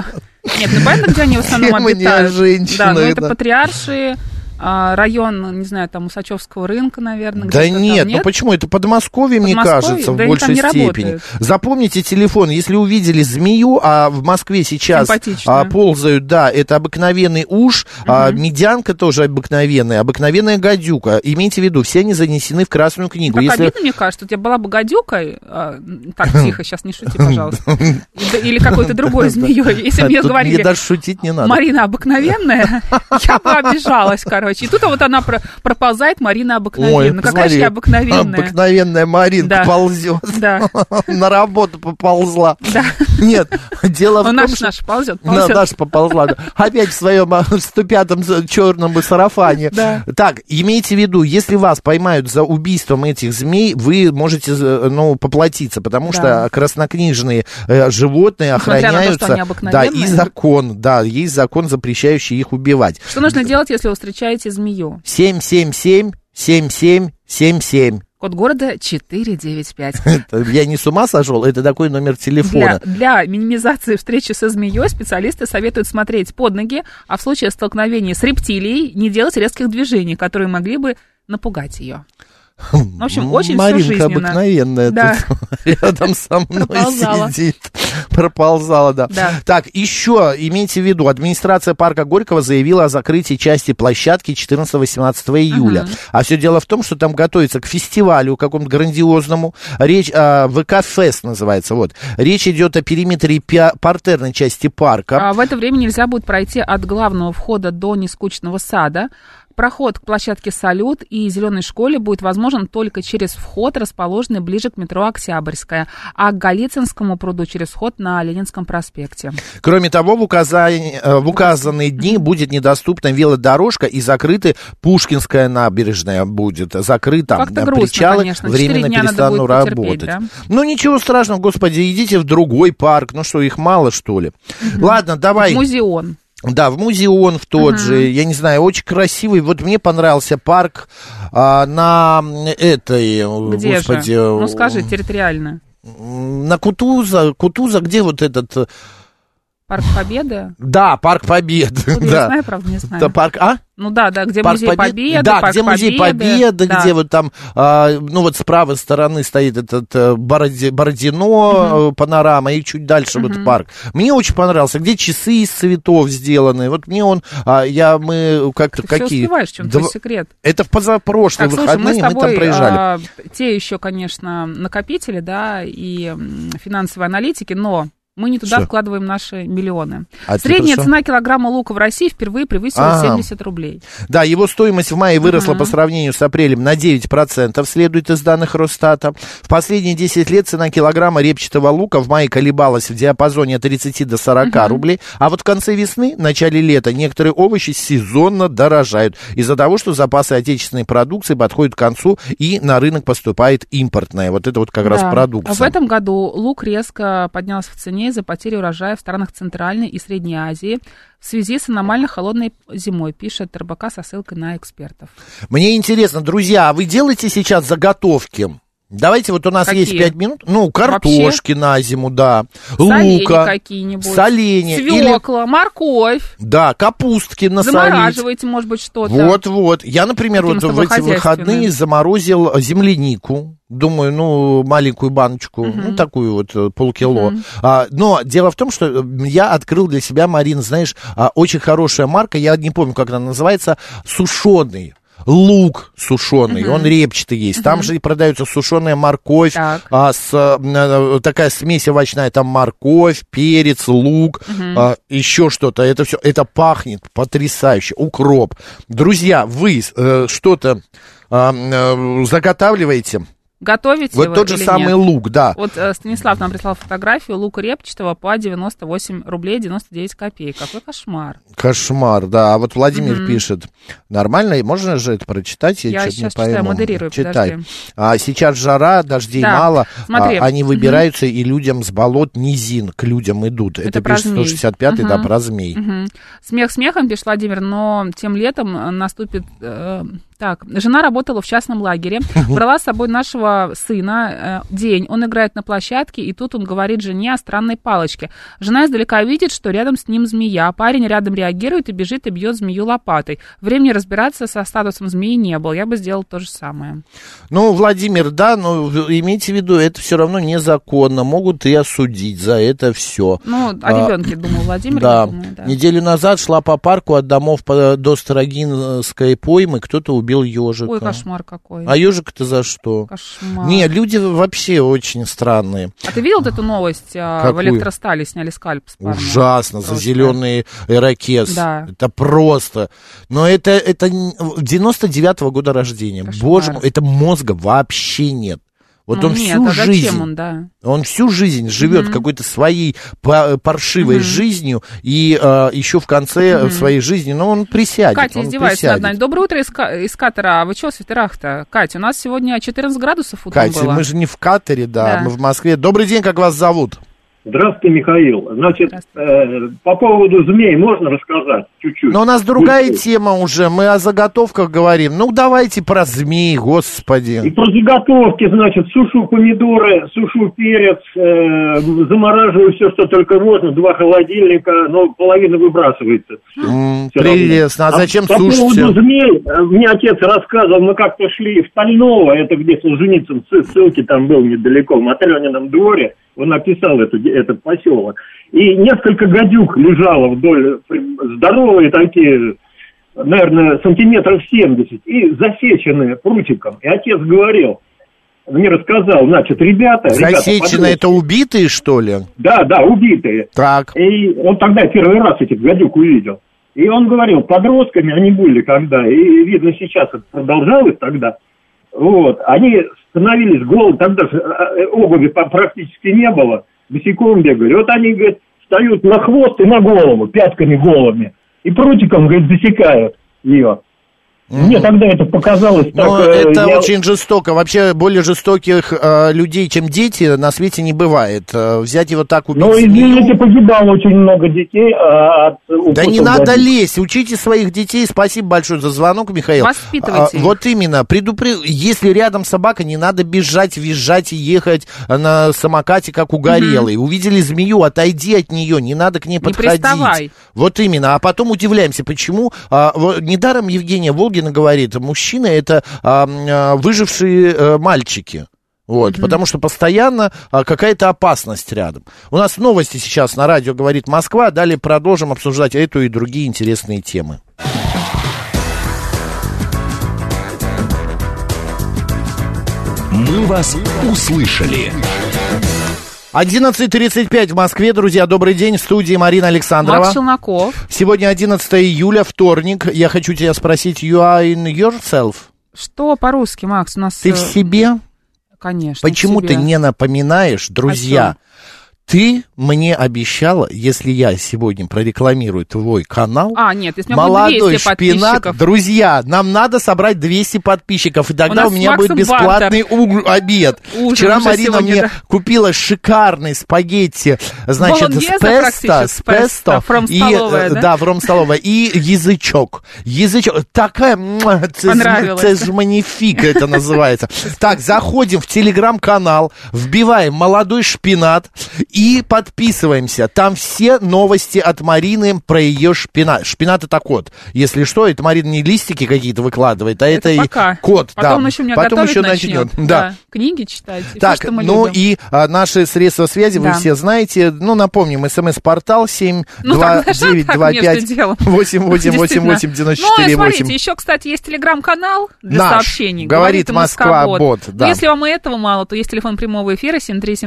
[SPEAKER 2] Нет, ну понятно, где они в основном
[SPEAKER 1] Тема не о
[SPEAKER 2] обитают. Да,
[SPEAKER 1] женщинах,
[SPEAKER 2] ну это
[SPEAKER 1] да.
[SPEAKER 2] патриарши, а, район, не знаю, там, Усачевского рынка, наверное.
[SPEAKER 1] Да
[SPEAKER 2] где-то там.
[SPEAKER 1] нет, ну почему? Это Подмосковье, мне
[SPEAKER 2] Подмосковье?
[SPEAKER 1] кажется, в
[SPEAKER 2] Да они там
[SPEAKER 1] большей
[SPEAKER 2] не
[SPEAKER 1] степени.
[SPEAKER 2] работают.
[SPEAKER 1] Запомните телефон, если увидели змею, а в Москве сейчас
[SPEAKER 2] Симпатично.
[SPEAKER 1] а, ползают, да, это обыкновенный уж, а, медянка тоже обыкновенная, обыкновенная гадюка. Имейте в виду, все они занесены в Красную книгу.
[SPEAKER 2] Так
[SPEAKER 1] если...
[SPEAKER 2] обидно, мне кажется, у тебя была бы гадюка, а, так, тихо, сейчас не шути, пожалуйста, Да, или какой-то другой змеей, если бы мне
[SPEAKER 1] А Тут
[SPEAKER 2] говорили,
[SPEAKER 1] даже шутить не надо.
[SPEAKER 2] Марина обыкновенная, я бы обижалась, короче. И тут вот она про- проползает, Марина
[SPEAKER 1] Ой,
[SPEAKER 2] обыкновенная. Какая
[SPEAKER 1] посмотри,
[SPEAKER 2] же я обыкновенная.
[SPEAKER 1] Обыкновенная Маринка
[SPEAKER 2] Да.
[SPEAKER 1] ползет.
[SPEAKER 2] Да,
[SPEAKER 1] На работу поползла.
[SPEAKER 2] да.
[SPEAKER 1] Нет, дело
[SPEAKER 2] Он
[SPEAKER 1] в том,
[SPEAKER 2] наш,
[SPEAKER 1] что...
[SPEAKER 2] наш ползет,
[SPEAKER 1] На,
[SPEAKER 2] ползет.
[SPEAKER 1] Ну, Даша поползла. да. Опять в своем а, 105-м за- черном сарафане.
[SPEAKER 2] Да.
[SPEAKER 1] Так, имейте в виду, если вас поймают за убийством этих змей, вы можете за- ну, поплатиться, потому
[SPEAKER 2] Да.
[SPEAKER 1] что краснокнижные э, животные
[SPEAKER 2] Несмотря на то,
[SPEAKER 1] охраняются.
[SPEAKER 2] что они
[SPEAKER 1] да,
[SPEAKER 2] обыкновенные.
[SPEAKER 1] и закон, да, есть закон, запрещающий их убивать.
[SPEAKER 2] Что нужно делать, если вы встречаете змею?
[SPEAKER 1] 777 7777.
[SPEAKER 2] Код города 495.
[SPEAKER 1] Это Я не с ума сошел, это такой номер телефона.
[SPEAKER 2] Для, для минимизации встречи со змеей специалисты советуют смотреть под ноги, а в случае столкновения с рептилией не делать резких движений, которые могли бы напугать ее. В общем, очень всё
[SPEAKER 1] Маринка
[SPEAKER 2] жизненно.
[SPEAKER 1] обыкновенная
[SPEAKER 2] Да.
[SPEAKER 1] тут рядом со мной
[SPEAKER 2] Проползала.
[SPEAKER 1] сидит. Проползала, да.
[SPEAKER 2] Да.
[SPEAKER 1] Так, еще имейте в виду, администрация парка Горького заявила о закрытии части площадки 14-18 июля. А все дело в том, что там готовится к фестивалю какому-то грандиозному. Речь а, ВК-фест называется. Вот. Речь идет о периметре пя- партерной части парка.
[SPEAKER 2] А В это время нельзя будет пройти от главного входа до нескучного сада. Проход к площадке «Салют» и «Зеленой школе» будет возможен только через вход, расположенный ближе к метро «Октябрьская», а к Голицынскому пруду через вход на Ленинском проспекте.
[SPEAKER 1] Кроме того, в, указань- э, в указанные дни будет недоступна велодорожка и закрыты Пушкинская набережная будет закрыта.
[SPEAKER 2] Как-то
[SPEAKER 1] Э,
[SPEAKER 2] грустно,
[SPEAKER 1] Причалы
[SPEAKER 2] конечно. Четыре
[SPEAKER 1] временно
[SPEAKER 2] дня надо
[SPEAKER 1] перестанут
[SPEAKER 2] будет потерпеть,
[SPEAKER 1] работать.
[SPEAKER 2] да?
[SPEAKER 1] Ну ничего страшного, господи, идите в другой парк. Ну что, их мало что ли? Ладно, давай.
[SPEAKER 2] Музеон.
[SPEAKER 1] Да, в музеон в тот же, я не знаю, очень красивый. Вот мне понравился парк а, на этой, э,
[SPEAKER 2] Где
[SPEAKER 1] господи,
[SPEAKER 2] же? Ну, скажи территориально.
[SPEAKER 1] м, на Кутуза, Кутуза, где вот этот, э,
[SPEAKER 2] Парк Победы?
[SPEAKER 1] да, парк Победы,
[SPEAKER 2] Вот Я
[SPEAKER 1] да.
[SPEAKER 2] знаю, правда, не знаю.
[SPEAKER 1] Это парк, а?
[SPEAKER 2] Ну да, да, где
[SPEAKER 1] Парк
[SPEAKER 2] музей
[SPEAKER 1] Побед-
[SPEAKER 2] Победы,
[SPEAKER 1] Да,
[SPEAKER 2] Парк
[SPEAKER 1] где музей Победы,
[SPEAKER 2] да.
[SPEAKER 1] где вот там, а, ну вот с правой стороны стоит этот э, Бороди- Бородино, э, панорама, и чуть дальше вот парк. Мне очень понравился, где часы из цветов сделаны. Вот мне он, а, я, мы как-то
[SPEAKER 2] Ты все
[SPEAKER 1] какие...
[SPEAKER 2] успеваешь, в чем
[SPEAKER 1] Два-
[SPEAKER 2] твой секрет.
[SPEAKER 1] Это в позапрошлые
[SPEAKER 2] Так, слушай, мы
[SPEAKER 1] выходные
[SPEAKER 2] с
[SPEAKER 1] мы,
[SPEAKER 2] тобой
[SPEAKER 1] там проезжали.
[SPEAKER 2] а, те еще, конечно, накопители, да, и м, финансовые аналитики, но мы не туда
[SPEAKER 1] Что?
[SPEAKER 2] вкладываем наши миллионы.
[SPEAKER 1] А ты
[SPEAKER 2] Средняя
[SPEAKER 1] про что?
[SPEAKER 2] цена килограмма лука в России впервые превысила
[SPEAKER 1] Ага.
[SPEAKER 2] 70 рублей.
[SPEAKER 1] Да, его стоимость в мае выросла по сравнению с апрелем на 9%, следует из данных Росстата. В последние 10 лет цена килограмма репчатого лука в мае колебалась в диапазоне от 30 до 40 рублей, а вот в конце весны, начале лета некоторые овощи сезонно дорожают из-за того, что запасы отечественной продукции подходят к концу и на рынок поступает импортная. Вот это вот как раз
[SPEAKER 2] Да.
[SPEAKER 1] продукция.
[SPEAKER 2] В этом году лук резко поднялся в цене из-за потери урожая в странах Центральной и Средней Азии в связи с аномально холодной зимой, пишет РБК со ссылкой на экспертов.
[SPEAKER 1] Мне интересно, друзья, а вы делаете сейчас заготовки? Давайте, вот у нас есть
[SPEAKER 2] Какие?
[SPEAKER 1] 5 минут. Ну, картошки на зиму, да.
[SPEAKER 2] Солени
[SPEAKER 1] лука.
[SPEAKER 2] какие-нибудь.
[SPEAKER 1] Солени. Или,
[SPEAKER 2] Свекла, морковь.
[SPEAKER 1] да, капустки насолить.
[SPEAKER 2] Замораживаете, может быть, что-то.
[SPEAKER 1] Вот-вот. Я, например, вот
[SPEAKER 2] Каким-то
[SPEAKER 1] в эти выходные
[SPEAKER 2] хозяйственным.
[SPEAKER 1] заморозил землянику. Думаю, ну, маленькую баночку, ну, такую вот, э, полкило. А, но дело в том, что э, я открыл для себя, Марин, знаешь, а, очень хорошая марка, я не помню, как она называется, сушеный. Лук сушеный, он репчатый есть. Там же и продается сушеная морковь,
[SPEAKER 2] Так.
[SPEAKER 1] а, с, э, э, такая смесь овощная, там морковь, перец, лук, а, еще что-то. Это все, это пахнет потрясающе. Укроп. Друзья, вы э, что-то а, э, заготавливаете?
[SPEAKER 2] Готовите
[SPEAKER 1] вот
[SPEAKER 2] вы
[SPEAKER 1] тот же
[SPEAKER 2] или
[SPEAKER 1] самый
[SPEAKER 2] нет?
[SPEAKER 1] лук, да.
[SPEAKER 2] Вот э, Станислав нам прислал фотографию лука репчатого по 98 рублей 99 копеек. Какой кошмар.
[SPEAKER 1] Кошмар, да. А вот Владимир пишет, нормально, и можно же это прочитать? Я,
[SPEAKER 2] Я
[SPEAKER 1] чё-то
[SPEAKER 2] сейчас
[SPEAKER 1] не пойму.
[SPEAKER 2] читаю, модерирую,
[SPEAKER 1] Читай.
[SPEAKER 2] подожди.
[SPEAKER 1] А, сейчас жара, дождей
[SPEAKER 2] Да,
[SPEAKER 1] мало.
[SPEAKER 2] смотри.
[SPEAKER 1] а, они выбираются, и людям с болот низин к людям идут. Это,
[SPEAKER 2] про
[SPEAKER 1] пишет
[SPEAKER 2] змей.
[SPEAKER 1] 165-й, да, про змей.
[SPEAKER 2] Мгм. Смех смехом, пишет Владимир, но тем летом э, наступит... э, так, жена работала в частном лагере, брала с собой нашего сына э, день. Он играет на площадке, и тут он говорит жене о странной палочке. Жена издалека видит, что рядом с ним змея. Парень рядом реагирует и бежит и бьет змею лопатой. Времени разбираться со статусом змеи не было. Я бы сделал то же самое.
[SPEAKER 1] Ну, Владимир, да, но в- имейте в виду, это все равно незаконно. Могут и осудить за это все.
[SPEAKER 2] Ну, о
[SPEAKER 1] А,
[SPEAKER 2] ребенке думал Владимир. я
[SPEAKER 1] Да.
[SPEAKER 2] думаю, да.
[SPEAKER 1] Неделю назад шла по парку от домов по- э, до Старогинской поймы, кто-то убил ежика.
[SPEAKER 2] Ой, кошмар какой.
[SPEAKER 1] А ежик-то за что?
[SPEAKER 2] Кошмар.
[SPEAKER 1] Не, люди вообще очень странные.
[SPEAKER 2] А ты видел вот эту новость? А, В
[SPEAKER 1] Какую?
[SPEAKER 2] электростале сняли скальп с парня.
[SPEAKER 1] Ужасно, за
[SPEAKER 2] Просто.
[SPEAKER 1] зеленый ракет.
[SPEAKER 2] Да.
[SPEAKER 1] Это просто. Но это, это н- 99-го года рождения.
[SPEAKER 2] Кошмар.
[SPEAKER 1] Боже мой, это мозга вообще нет. Вот
[SPEAKER 2] Ну,
[SPEAKER 1] он
[SPEAKER 2] нет,
[SPEAKER 1] всю
[SPEAKER 2] а зачем
[SPEAKER 1] жизнь.
[SPEAKER 2] он, да?
[SPEAKER 1] Он всю жизнь живет какой-то своей па- паршивой жизнью, и э, еще в конце э, своей жизни, ну, он присядет.
[SPEAKER 2] Катя
[SPEAKER 1] он
[SPEAKER 2] издевается над
[SPEAKER 1] присядет.
[SPEAKER 2] нами. Доброе утро из, Ка- из Катара. А вы чего в свитерах-то? Катя, у нас сегодня 14 градусов утром
[SPEAKER 1] Катя,
[SPEAKER 2] было.
[SPEAKER 1] мы же не в Катаре, да,
[SPEAKER 2] Да.
[SPEAKER 1] мы в Москве. Добрый день, как вас зовут?
[SPEAKER 4] Здравствуйте, Михаил. Значит, э, по поводу змей можно рассказать чуть-чуть?
[SPEAKER 1] Но у нас другая
[SPEAKER 4] Чуть-чуть.
[SPEAKER 1] тема уже, мы о заготовках говорим. Ну, давайте про змей,
[SPEAKER 4] И
[SPEAKER 1] господи.
[SPEAKER 4] про заготовки, значит, сушу помидоры, сушу перец, э, замораживаю все, что только можно, два холодильника, но половина выбрасывается.
[SPEAKER 1] М,
[SPEAKER 4] Всё равно.
[SPEAKER 1] Прелестно, а зачем
[SPEAKER 4] по
[SPEAKER 1] сушите?
[SPEAKER 4] поводу змей, э, мне отец рассказывал, мы как-то шли в Стального, это где Солженицын, сы- ссылки там был недалеко, в Матренином дворе, он описал эту, де- этот поселок. И несколько гадюк лежало вдоль, при- здоровые такие, наверное, сантиметров 70, и засеченные прутиком. И отец говорил, мне рассказал, значит, ребята... ребята,
[SPEAKER 1] Засечено
[SPEAKER 4] подростки,
[SPEAKER 1] это убитые, что ли?
[SPEAKER 4] Да, да, убитые.
[SPEAKER 1] Так.
[SPEAKER 4] И он тогда первый раз этих гадюк увидел. И он говорил, подростками они были когда, и видно сейчас это продолжалось тогда. Вот, они становились голым, тогда же э, э, обуви по- практически не было, босиком бегали. Вот они, говорит, встают на хвост и на голову, пятками голыми, и прутиком, говорит, засекают ее. Мне тогда это показалось так...
[SPEAKER 1] Но
[SPEAKER 4] э,
[SPEAKER 1] это
[SPEAKER 4] я-
[SPEAKER 1] очень жестоко. Вообще более жестоких э, людей, чем дети, на свете не бывает. Э, взять его так убить.
[SPEAKER 4] Ну,
[SPEAKER 1] змею-
[SPEAKER 4] извините, погибало очень много детей а, от укусов
[SPEAKER 1] Да не надо
[SPEAKER 4] гадюк.
[SPEAKER 1] лезть, учите своих детей. Спасибо большое за звонок, Михаил. А,
[SPEAKER 2] Воспитывайте их.
[SPEAKER 1] вот именно, предупреждаю, если рядом собака, не надо бежать, визжать и ехать на самокате, как угорелый. Увидели змею, отойди от нее, не надо к ней подходить.
[SPEAKER 2] приставай.
[SPEAKER 1] Вот именно, а потом удивляемся, почему. а, во- недаром Евгения Волгина говорит, мужчины это а, м, а, выжившие э, мальчики. Вот, потому что постоянно а, какая-то опасность рядом. У нас новости сейчас на радио говорит Москва. Далее продолжим обсуждать эту и другие интересные темы.
[SPEAKER 3] «Мы вас услышали».
[SPEAKER 1] 11.35 в Москве, друзья. Добрый день. В студии Марина Александрова.
[SPEAKER 2] Макс Челноков.
[SPEAKER 1] Сегодня 11 июля, вторник. Я хочу тебя спросить, you are in yourself?
[SPEAKER 2] Что по-русски, Макс? У нас...
[SPEAKER 1] Ты
[SPEAKER 2] э,
[SPEAKER 1] в себе?
[SPEAKER 2] Конечно.
[SPEAKER 1] Почему
[SPEAKER 2] в себе. А
[SPEAKER 1] ты не напоминаешь, друзья? Ты мне обещала, если я сегодня прорекламирую твой канал,
[SPEAKER 2] А, нет, если у меня будет
[SPEAKER 1] молодой
[SPEAKER 2] 200
[SPEAKER 1] шпинат,
[SPEAKER 2] подписчиков,
[SPEAKER 1] друзья, нам надо собрать 200 подписчиков, и тогда
[SPEAKER 2] нас
[SPEAKER 1] у,
[SPEAKER 2] с
[SPEAKER 1] меня
[SPEAKER 2] Максом
[SPEAKER 1] будет бесплатный уг- обед.
[SPEAKER 2] Ужин
[SPEAKER 1] Вчера
[SPEAKER 2] уже
[SPEAKER 1] Марина
[SPEAKER 2] сегодня,
[SPEAKER 1] мне
[SPEAKER 2] да.
[SPEAKER 1] купила шикарный спагетти, значит,
[SPEAKER 2] Болоньезе
[SPEAKER 1] с
[SPEAKER 2] практически,
[SPEAKER 1] песто,
[SPEAKER 2] с
[SPEAKER 1] с песто,
[SPEAKER 2] песто, from
[SPEAKER 1] и,
[SPEAKER 2] столовая,
[SPEAKER 1] э,
[SPEAKER 2] да?
[SPEAKER 1] да, from столовая, и язычок. Язычок, такая, муа, цез-
[SPEAKER 2] Понравилось.
[SPEAKER 1] цез- Манифик это называется. Так, заходим в телеграм-канал, вбиваем молодой шпинат и подписываемся. Там все новости от Марины про ее шпинат. Шпинат это кот. Если что, это Марина не листики какие-то выкладывает, а это,
[SPEAKER 2] это
[SPEAKER 1] и
[SPEAKER 2] пока.
[SPEAKER 1] кот. да.
[SPEAKER 2] Потом еще меня
[SPEAKER 1] Потом
[SPEAKER 2] готовить
[SPEAKER 1] еще
[SPEAKER 2] начнет.
[SPEAKER 1] начнет. Да.
[SPEAKER 2] Книги читать. и всё,
[SPEAKER 1] Так,
[SPEAKER 2] что мы
[SPEAKER 1] ну
[SPEAKER 2] любим.
[SPEAKER 1] и а, наши средства связи вы
[SPEAKER 2] Да.
[SPEAKER 1] все знаете. Ну, напомним, смс-портал 7
[SPEAKER 2] Ну,
[SPEAKER 1] 2
[SPEAKER 2] тогда же
[SPEAKER 1] 9
[SPEAKER 2] так
[SPEAKER 1] 2
[SPEAKER 2] между
[SPEAKER 1] 5
[SPEAKER 2] делом.
[SPEAKER 1] 8 8
[SPEAKER 2] Действительно.
[SPEAKER 1] 8 8
[SPEAKER 2] Ну, и
[SPEAKER 1] 94 8.
[SPEAKER 2] смотрите, еще, кстати, есть телеграм-канал для
[SPEAKER 1] Наш.
[SPEAKER 2] сообщений.
[SPEAKER 1] Говорит Москва, бот, да.
[SPEAKER 2] Но если вам и этого мало, то есть телефон прямого эфира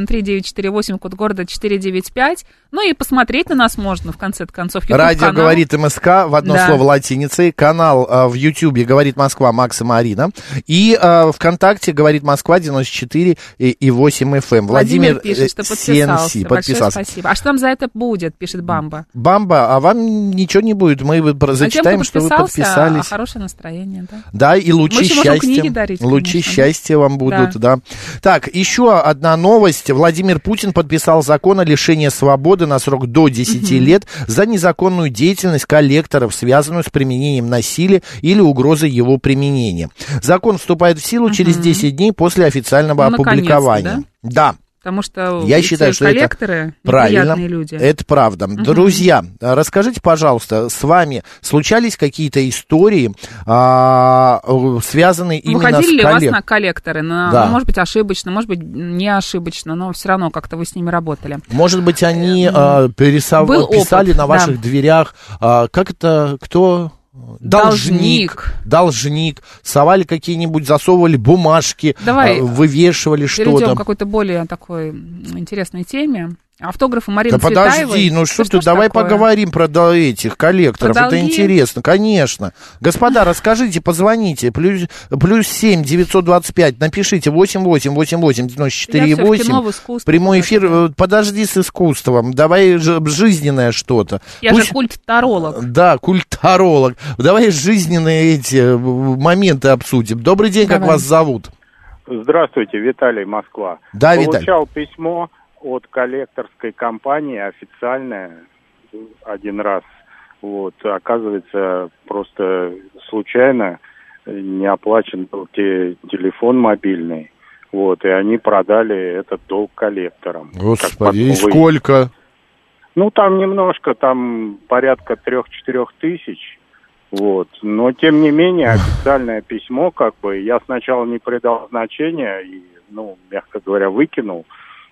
[SPEAKER 2] 7373948, код города 495. Ну и посмотреть на нас можно, в конце концов, YouTube
[SPEAKER 1] Радио говорит МСК в одно
[SPEAKER 2] Да.
[SPEAKER 1] слово латиницей. Канал э, в Ютьюбе говорит Москва Макс и Марина. И э, ВКонтакте говорит Москва 94 и, и 8 FM.
[SPEAKER 2] Владимир,
[SPEAKER 1] Владимир,
[SPEAKER 2] пишет, что
[SPEAKER 1] э,
[SPEAKER 2] подписался.
[SPEAKER 1] CNC
[SPEAKER 2] Большое
[SPEAKER 1] подписался.
[SPEAKER 2] спасибо. А что там за это будет, пишет Бамба.
[SPEAKER 1] Бамба, а вам ничего не будет. Мы вы про-
[SPEAKER 2] А тем,
[SPEAKER 1] зачитаем,
[SPEAKER 2] кто
[SPEAKER 1] что вы
[SPEAKER 2] подписался,
[SPEAKER 1] подписались.
[SPEAKER 2] а хорошее настроение, да.
[SPEAKER 1] Да, и лучи
[SPEAKER 2] Мы еще можем
[SPEAKER 1] счастья.
[SPEAKER 2] книги дарить,
[SPEAKER 1] лучи
[SPEAKER 2] конечно.
[SPEAKER 1] счастья вам будут, да. Так, еще одна новость. Владимир Путин подписал закон о лишении свободы на срок до 10 лет за незаконную деятельность коллекторов, связанную с применением насилия или угрозой его применения. Закон вступает в силу через 10 дней после официального
[SPEAKER 2] Ну, наконец-то,
[SPEAKER 1] опубликования. да.
[SPEAKER 2] Потому что
[SPEAKER 1] Я
[SPEAKER 2] эти
[SPEAKER 1] считаю, что это
[SPEAKER 2] коллекторы
[SPEAKER 1] Правильно. Э,
[SPEAKER 2] неприятные люди.
[SPEAKER 1] Это правда. Друзья, а, расскажите, пожалуйста, с вами случались какие-то истории, а, э, связанные именно с
[SPEAKER 2] Выходили ли у вас
[SPEAKER 1] коллек-
[SPEAKER 2] на коллекторы? На,
[SPEAKER 1] Да.
[SPEAKER 2] ну, может быть, ошибочно, может быть, не ошибочно, но все равно как-то вы с ними работали.
[SPEAKER 1] Может быть, они а, пересов-
[SPEAKER 2] Э, был опыт,
[SPEAKER 1] писали
[SPEAKER 2] да.
[SPEAKER 1] на ваших дверях, а, как это, кто?
[SPEAKER 2] Должник.
[SPEAKER 1] Должник. Должник. Совали какие-нибудь, засовывали бумажки,
[SPEAKER 2] Давай,
[SPEAKER 1] а, вывешивали
[SPEAKER 2] Перейдем
[SPEAKER 1] что-то.
[SPEAKER 2] к какой-то более такой м, интересной теме. Автографы Марины
[SPEAKER 1] Да подожди,
[SPEAKER 2] Цветаевой.
[SPEAKER 1] ну что
[SPEAKER 2] Да
[SPEAKER 1] ты,
[SPEAKER 2] ж
[SPEAKER 1] давай
[SPEAKER 2] такое?
[SPEAKER 1] поговорим про до- этих коллекторов.
[SPEAKER 2] Про
[SPEAKER 1] Это
[SPEAKER 2] долги?
[SPEAKER 1] интересно, конечно. Господа, расскажите, позвоните. Плюс, плюс 7 925, напишите 8888 94
[SPEAKER 2] Я всё-таки
[SPEAKER 1] 8.
[SPEAKER 2] новое искусство.
[SPEAKER 1] Прямой эфир. э, Подожди с искусством. Давай же жизненное что-то.
[SPEAKER 2] Я
[SPEAKER 1] Пусть-
[SPEAKER 2] же культ-таролог.
[SPEAKER 1] Да, культуролог. Давай жизненные эти э, моменты обсудим. Добрый день, как
[SPEAKER 2] Давай.
[SPEAKER 1] вас зовут?
[SPEAKER 5] Здравствуйте, Виталий, Москва.
[SPEAKER 1] Да, Виталий.
[SPEAKER 5] Получал письмо от коллекторской компании официальное один раз. Вот, оказывается, просто случайно не оплачен был те- телефон мобильный. Вот, и они продали этот долг коллекторам. Как потом
[SPEAKER 1] Господи, и
[SPEAKER 5] выяснилось.
[SPEAKER 1] сколько?
[SPEAKER 5] Ну, там немножко, там порядка трех-четырех тысяч. Вот. Но, тем не менее, официальное письмо, как бы, я сначала не придал значения и, ну, мягко говоря, выкинул.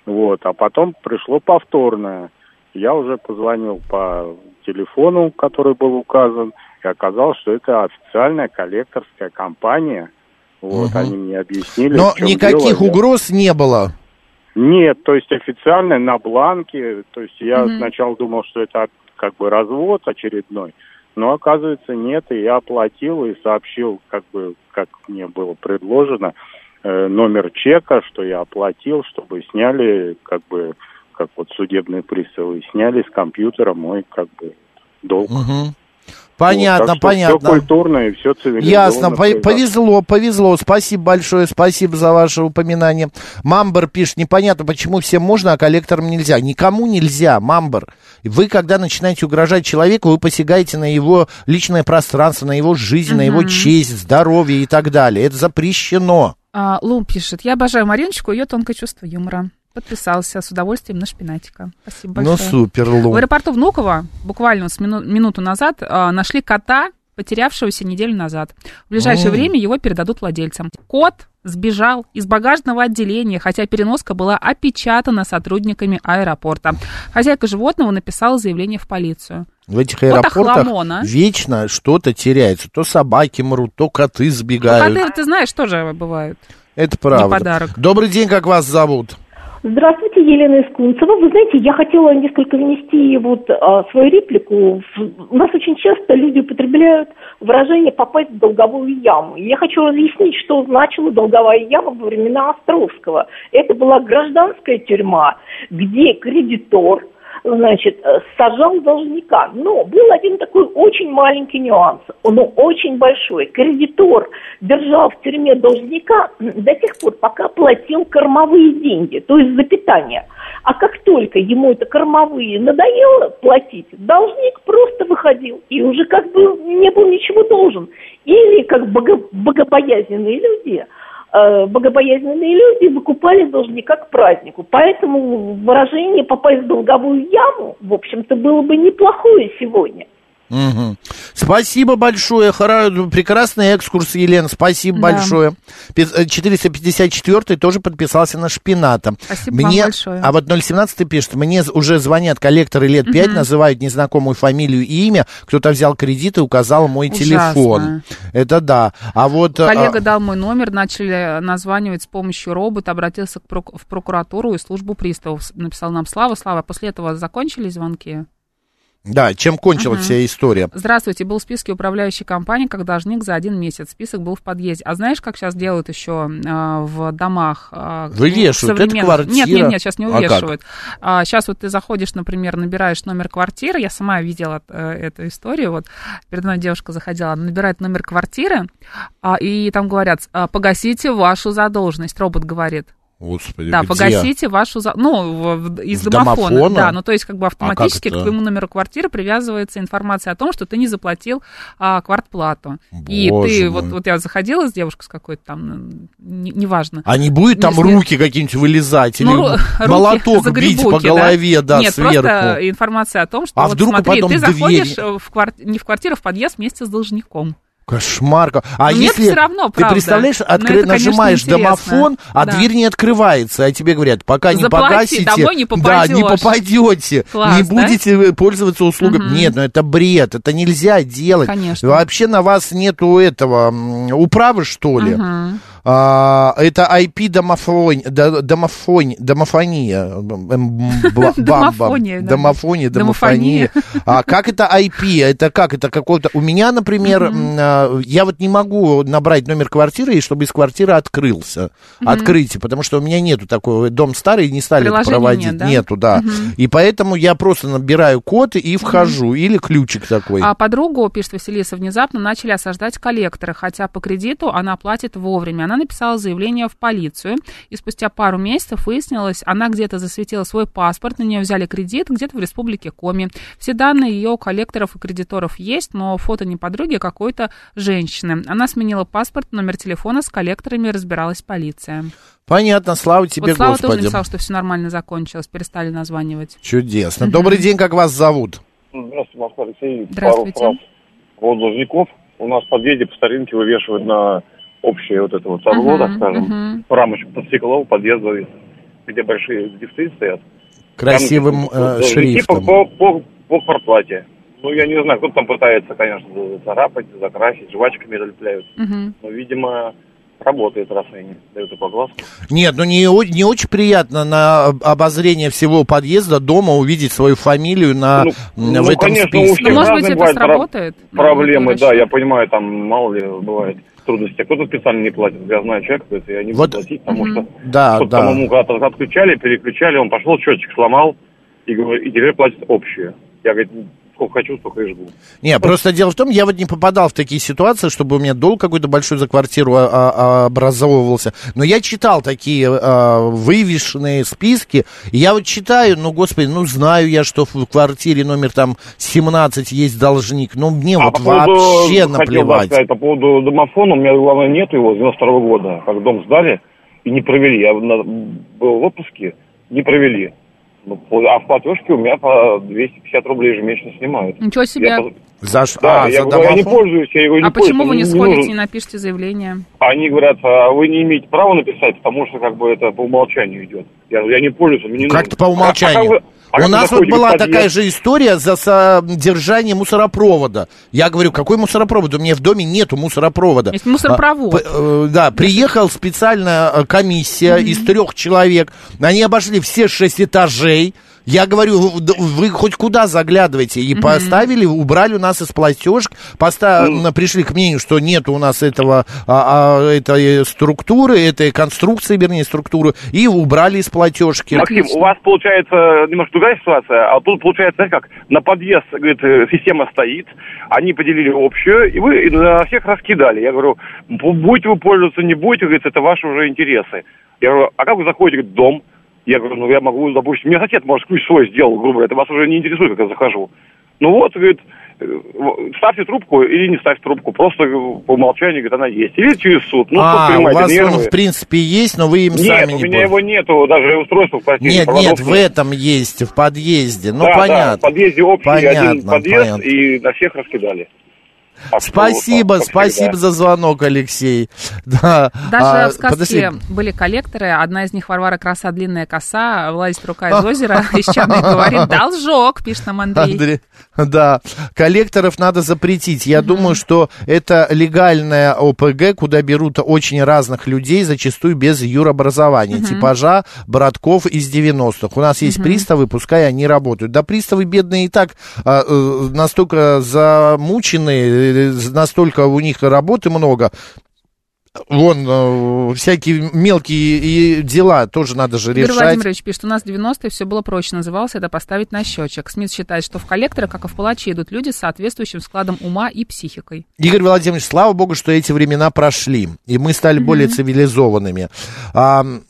[SPEAKER 5] Вот. А потом пришло повторное. Я уже позвонил по телефону, который был указан, и оказалось, что это официальная коллекторская компания. Вот,
[SPEAKER 1] Мгм.
[SPEAKER 5] они мне объяснили.
[SPEAKER 1] Но
[SPEAKER 5] в чем
[SPEAKER 1] никаких
[SPEAKER 5] дело. Я-
[SPEAKER 1] угроз не было.
[SPEAKER 5] нет, то есть официально на бланке. То есть я
[SPEAKER 2] Мгм.
[SPEAKER 5] сначала думал, что это как бы развод очередной, но оказывается нет, и я оплатил и сообщил, как бы, как мне было предложено, э, номер чека, что я оплатил, чтобы сняли, как бы, как вот судебные приставы, сняли с компьютера мой, как бы, долг.
[SPEAKER 1] Мгм.
[SPEAKER 5] Вот,
[SPEAKER 1] Понятно,
[SPEAKER 5] так что Все
[SPEAKER 1] понятно.
[SPEAKER 5] культурно и все цивилизованно.
[SPEAKER 1] Ясно, По-
[SPEAKER 5] произошло.
[SPEAKER 1] повезло, повезло. Спасибо большое, спасибо за ваше упоминание. Мамбер пишет, непонятно, почему всем можно, а коллекторам нельзя. Никому нельзя, Мамбер. Вы, когда начинаете угрожать человеку, вы посягаете на его личное пространство, на его жизнь, на его честь, здоровье и так далее. Это запрещено.
[SPEAKER 2] А, Лу пишет. Я обожаю Мариночку, ее тонкое чувство юмора. Подписался с удовольствием на шпинатика. Спасибо большое.
[SPEAKER 1] Ну, супер, Лу.
[SPEAKER 2] В аэропорту Внуково буквально с мину- минуту назад а, нашли кота, потерявшегося неделю назад. В ближайшее
[SPEAKER 1] М.
[SPEAKER 2] время его передадут владельцам. Кот сбежал из багажного отделения, хотя переноска была опечатана сотрудниками аэропорта. Хозяйка животного написала заявление в полицию.
[SPEAKER 1] В этих
[SPEAKER 2] Вот
[SPEAKER 1] аэропортах
[SPEAKER 2] охламон, а.
[SPEAKER 1] вечно что-то теряется. То собаки мрут, то коты сбегают.
[SPEAKER 2] Коты, ты знаешь, тоже бывают.
[SPEAKER 1] Это правда.
[SPEAKER 2] подарок.
[SPEAKER 1] Добрый день, как вас зовут?
[SPEAKER 6] Здравствуйте, Елена Искунцева. Ну, Вы знаете, я хотела несколько внести вот а, свою реплику. В- У нас очень часто люди употребляют выражение «попасть в долговую яму». И Я хочу разъяснить, что значила долговая яма во времена Островского. Это была гражданская тюрьма, где кредитор значит, э, сажал должника. Но был один такой очень маленький нюанс, но очень большой. Кредитор держал в тюрьме должника м, до тех пор, пока платил кормовые деньги, то есть за питание. А как только ему это кормовые надоело платить, должник просто выходил и уже как бы не был ничего должен. Или как бого- богобоязненные люди э, богобоязненные люди выкупали должника к празднику. Поэтому выражение «попасть в долговую яму», в общем-то, было бы неплохое сегодня.
[SPEAKER 1] Мгм. Спасибо большое. хоро- Прекрасный экскурс, Елена. Спасибо
[SPEAKER 2] Да.
[SPEAKER 1] большое. Пи- э, 454 тоже подписался на шпината.
[SPEAKER 2] Спасибо вам большое.
[SPEAKER 1] А вот 017 пишет, мне з- уже звонят коллекторы лет пять, называют незнакомую фамилию и имя. Кто-то взял кредит и указал мой
[SPEAKER 2] Ужасно.
[SPEAKER 1] телефон. Это да. А вот... а,
[SPEAKER 2] Коллега дал мой номер, начали названивать с помощью робота, обратился к прок- в прокуратуру и службу приставов. С- Написал нам Слава. Слава, после этого закончились звонки?
[SPEAKER 1] Да, чем кончилась вся история?
[SPEAKER 2] Здравствуйте, был в списке управляющей компании как должник за один месяц. Список был в подъезде. А знаешь, как сейчас делают еще а, в домах? а,
[SPEAKER 1] Вывешивают. Это
[SPEAKER 2] современных?
[SPEAKER 1] квартира.
[SPEAKER 2] Нет, нет, нет, сейчас не
[SPEAKER 1] А как?
[SPEAKER 2] увешивают. А, сейчас вот ты заходишь, например, набираешь номер квартиры. Я сама видела э, эту историю. Вот перед мной девушка заходила, она набирает номер квартиры, а, и там говорят, а, погасите вашу задолженность. Робот говорит.
[SPEAKER 1] Господи,
[SPEAKER 2] Да,
[SPEAKER 1] где?
[SPEAKER 2] погасите вашу... за- Ну, в- в- из
[SPEAKER 1] С
[SPEAKER 2] домофона.
[SPEAKER 1] домофона?
[SPEAKER 2] Да, ну то есть как бы автоматически
[SPEAKER 1] А как
[SPEAKER 2] к
[SPEAKER 1] это?
[SPEAKER 2] твоему номеру квартиры привязывается информация о том, что ты не заплатил а, квартплату. и
[SPEAKER 1] Боже
[SPEAKER 2] ты,
[SPEAKER 1] мой.
[SPEAKER 2] вот, вот я заходила с девушкой с какой-то там, м, не- неважно.
[SPEAKER 1] А не будет там
[SPEAKER 2] Если-
[SPEAKER 1] руки какие-нибудь вылезать или
[SPEAKER 2] Ну, ру- руки
[SPEAKER 1] молоток
[SPEAKER 2] за
[SPEAKER 1] бить по
[SPEAKER 2] грибуки,
[SPEAKER 1] голове, да,
[SPEAKER 2] Нет,
[SPEAKER 1] сверху?
[SPEAKER 2] просто информация о том, что
[SPEAKER 1] А
[SPEAKER 2] вот
[SPEAKER 1] вдруг
[SPEAKER 2] смотри,
[SPEAKER 1] потом
[SPEAKER 2] ты
[SPEAKER 1] двери?
[SPEAKER 2] заходишь э, в квар- не в квартиру, а в подъезд вместе с должником.
[SPEAKER 1] Кошмар. как- А
[SPEAKER 2] Ну, мне
[SPEAKER 1] если
[SPEAKER 2] всё равно,
[SPEAKER 1] ты
[SPEAKER 2] правда.
[SPEAKER 1] представляешь,
[SPEAKER 2] Но
[SPEAKER 1] откры-
[SPEAKER 2] это, конечно,
[SPEAKER 1] нажимаешь
[SPEAKER 2] интересно.
[SPEAKER 1] домофон, а
[SPEAKER 2] Да.
[SPEAKER 1] дверь не открывается, а тебе говорят, пока не
[SPEAKER 2] Заплати,
[SPEAKER 1] погасите,
[SPEAKER 2] домой не
[SPEAKER 1] да, не
[SPEAKER 2] попадёшь.
[SPEAKER 1] попадете,
[SPEAKER 2] Класс,
[SPEAKER 1] не
[SPEAKER 2] да?
[SPEAKER 1] будете вы пользоваться услугами. Нет, ну это бред, это нельзя делать.
[SPEAKER 2] Конечно.
[SPEAKER 1] Вообще на вас нету этого м, управы что ли? А, это IP домофонь, да- домофонь, домофония, М, м, бла- бамба.
[SPEAKER 2] Домофония, да.
[SPEAKER 1] домофония, домофония. А как это IP? Это как? Это какой-то... У меня, например, м, а, я вот не могу набрать номер квартиры, и чтобы из квартиры открылся. Открытие, потому что у меня нету такого. Дом старый, не стали это
[SPEAKER 2] Приложения
[SPEAKER 1] проводить.
[SPEAKER 2] нет, да?
[SPEAKER 1] Нету, да. И поэтому я просто набираю код и вхожу. Или ключик такой.
[SPEAKER 2] А подругу, пишет Василиса, внезапно начали осаждать коллекторы, хотя по кредиту она платит вовремя. Она написала заявление в полицию, и спустя пару месяцев выяснилось, она где-то засветила свой паспорт, на нее взяли кредит где-то в республике Коми. Все данные ее у коллекторов и кредиторов есть, но фото не подруги, а какой-то женщины. Она сменила паспорт, номер телефона, с коллекторами разбиралась полиция.
[SPEAKER 1] Понятно, слава тебе,
[SPEAKER 2] вот Слава тоже
[SPEAKER 1] Господи.
[SPEAKER 2] написал, что все нормально закончилось, перестали названивать.
[SPEAKER 1] Чудесно. Добрый день, как вас зовут?
[SPEAKER 5] Здравствуйте, Москва, Алексей.
[SPEAKER 2] Здравствуйте.
[SPEAKER 5] Пару прав вот должников. У нас в подъезде по старинке вывешивают на общее вот это вот табло, так скажем,
[SPEAKER 2] мгм.
[SPEAKER 5] рамочку под стекло подъезд завис, где большие лифты стоят.
[SPEAKER 1] Красивым э,
[SPEAKER 5] Должники
[SPEAKER 1] шрифтом.
[SPEAKER 5] По, по, по квартплате. Ну, я не знаю, кто там пытается, конечно, царапать, закрасить, жвачками залепляют.
[SPEAKER 2] Мгм.
[SPEAKER 5] Но, видимо, работает, раз они дают огласку.
[SPEAKER 1] Нет, ну не, о- не очень приятно на об- обозрение всего подъезда дома увидеть свою фамилию на, м, в
[SPEAKER 5] ну,
[SPEAKER 1] этом
[SPEAKER 5] конечно, у
[SPEAKER 1] списке.
[SPEAKER 5] всех
[SPEAKER 2] Может
[SPEAKER 5] разные
[SPEAKER 2] быть, это
[SPEAKER 5] бывают пра-
[SPEAKER 2] сработает?
[SPEAKER 5] Проблемы,
[SPEAKER 2] Ну,
[SPEAKER 5] да,
[SPEAKER 2] короче.
[SPEAKER 5] я понимаю, там мало ли бывает трудности. А Кто-то специально не платит. Я знаю человека, говорит, я не буду
[SPEAKER 1] Вот,
[SPEAKER 5] платить, потому что
[SPEAKER 1] Да,
[SPEAKER 5] кто-то
[SPEAKER 1] А, да.
[SPEAKER 5] там ему когда-то отключали, переключали, он пошел, счетчик сломал и, говорит, и теперь платит общее. Я, говорит, сколько хочу, столько и жгу.
[SPEAKER 1] Не, просто дело в том, я вот не попадал в такие ситуации, чтобы у меня долг какой-то большой за квартиру а, а, образовывался. Но я читал такие а, вывешенные списки. И я вот читаю, ну, господи, ну, знаю я, что в квартире номер там 17 есть должник. Ну, мне
[SPEAKER 5] А
[SPEAKER 1] вот
[SPEAKER 5] по поводу-
[SPEAKER 1] вообще
[SPEAKER 5] Хотел бы
[SPEAKER 1] наплевать.
[SPEAKER 5] сказать по поводу домофона. У меня, главное, нет его с 92 года, как дом сдали и не провели. Я на- был в отпуске, не провели. Ну, пл- А в платежке у меня по 250 рублей ежемесячно снимают.
[SPEAKER 2] Ничего себе.
[SPEAKER 5] Я по-
[SPEAKER 1] За что?
[SPEAKER 5] Да,
[SPEAKER 1] а,
[SPEAKER 5] я
[SPEAKER 1] за
[SPEAKER 5] говорю, я не
[SPEAKER 1] домофон?
[SPEAKER 5] пользуюсь, я его не
[SPEAKER 2] А почему вы не
[SPEAKER 5] пользуюсь, он
[SPEAKER 2] сходите,
[SPEAKER 5] нужен.
[SPEAKER 2] не напишите заявление?
[SPEAKER 5] Они говорят, а вы не имеете права написать, потому что как бы это по умолчанию идет. Я, говорю, я не пользуюсь, он мне не
[SPEAKER 1] Как
[SPEAKER 5] нужен.
[SPEAKER 1] то по
[SPEAKER 5] А- а как
[SPEAKER 1] умолчанию.
[SPEAKER 5] вы-
[SPEAKER 1] У
[SPEAKER 7] когда
[SPEAKER 1] нас вот
[SPEAKER 7] заходишь в
[SPEAKER 1] была
[SPEAKER 7] подъезд-
[SPEAKER 1] такая же история за содержание мусоропровода. Я говорю, какой мусоропровод? У меня в доме нету мусоропровода.
[SPEAKER 2] Есть мусоропровод.
[SPEAKER 1] А, п- э, да, приехал специально э, комиссия из трех человек. Они обошли все шесть этажей. Я говорю, вы- да вы хоть куда заглядываете? И поставили, убрали у нас из платежек, поста-
[SPEAKER 5] Ну.
[SPEAKER 1] м, пришли к мнению, что нет у нас этого, а, а, этой структуры, этой конструкции, вернее, структуры, и убрали из платежки.
[SPEAKER 5] А
[SPEAKER 7] Максим, у вас получается немножко другая ситуация, а тут получается, знаешь как, на подъезд, говорит, э, система стоит, они поделили общую, и вы на всех раскидали. Я говорю, «Бу- будете вы пользоваться, не будете, говорит, это ваши уже интересы. Я говорю, а как вы заходите говорит, в дом? Я говорю, ну я могу, допустим, у меня сосед, может, ключ свой сделал, грубо говоря, это вас уже не интересует, как я захожу. Ну вот, говорит, э, в- ставьте трубку или не ставьте трубку, просто э, по умолчанию, говорит, она есть. Или через суд. Ну,
[SPEAKER 1] а,
[SPEAKER 7] что,
[SPEAKER 1] у
[SPEAKER 7] понимаете,
[SPEAKER 1] вас он,
[SPEAKER 7] нервы.
[SPEAKER 1] в принципе, есть, но вы им
[SPEAKER 7] Нет,
[SPEAKER 1] сами
[SPEAKER 7] у
[SPEAKER 1] не
[SPEAKER 7] меня его нету, даже устройство в квартире.
[SPEAKER 1] Нет, нет,
[SPEAKER 7] проводов
[SPEAKER 1] в этом есть, в подъезде. Ну,
[SPEAKER 7] да, Да,
[SPEAKER 1] понятно.
[SPEAKER 7] в подъезде общий, один
[SPEAKER 1] Понятно,
[SPEAKER 7] подъезд,
[SPEAKER 1] понятно.
[SPEAKER 7] и на всех раскидали. А Так что
[SPEAKER 1] Спасибо,
[SPEAKER 7] вот так, как
[SPEAKER 1] спасибо
[SPEAKER 7] всегда.
[SPEAKER 1] за звонок, Алексей. Да.
[SPEAKER 2] Даже
[SPEAKER 1] а,
[SPEAKER 2] в сказке
[SPEAKER 1] подожди.
[SPEAKER 2] были коллекторы. Одна из них Варвара Краса, длинная коса, влазит рука
[SPEAKER 1] А.
[SPEAKER 2] из озера, исчадный говорит, должок, пишет нам Андрей.
[SPEAKER 1] Андрей, да, коллекторов надо запретить. Я думаю, что это легальная ОПГ, куда берут очень разных людей, зачастую без юробразования, типажа братков из 90-х. У нас есть приставы, пускай они работают. Да, приставы бедные и так а, э, настолько замучены, э, настолько у них работы много, Вон, э, всякие мелкие и дела тоже надо же
[SPEAKER 2] Игорь
[SPEAKER 1] решать.
[SPEAKER 2] Владимирович пишет, у нас 90-е все было проще, называлось это поставить на счетчик. Смит считает, что в коллекторы, как и в палачи, идут люди с соответствующим складом ума и психикой.
[SPEAKER 1] Игорь Владимирович, слава богу, что эти времена прошли, и мы стали более цивилизованными. Ам,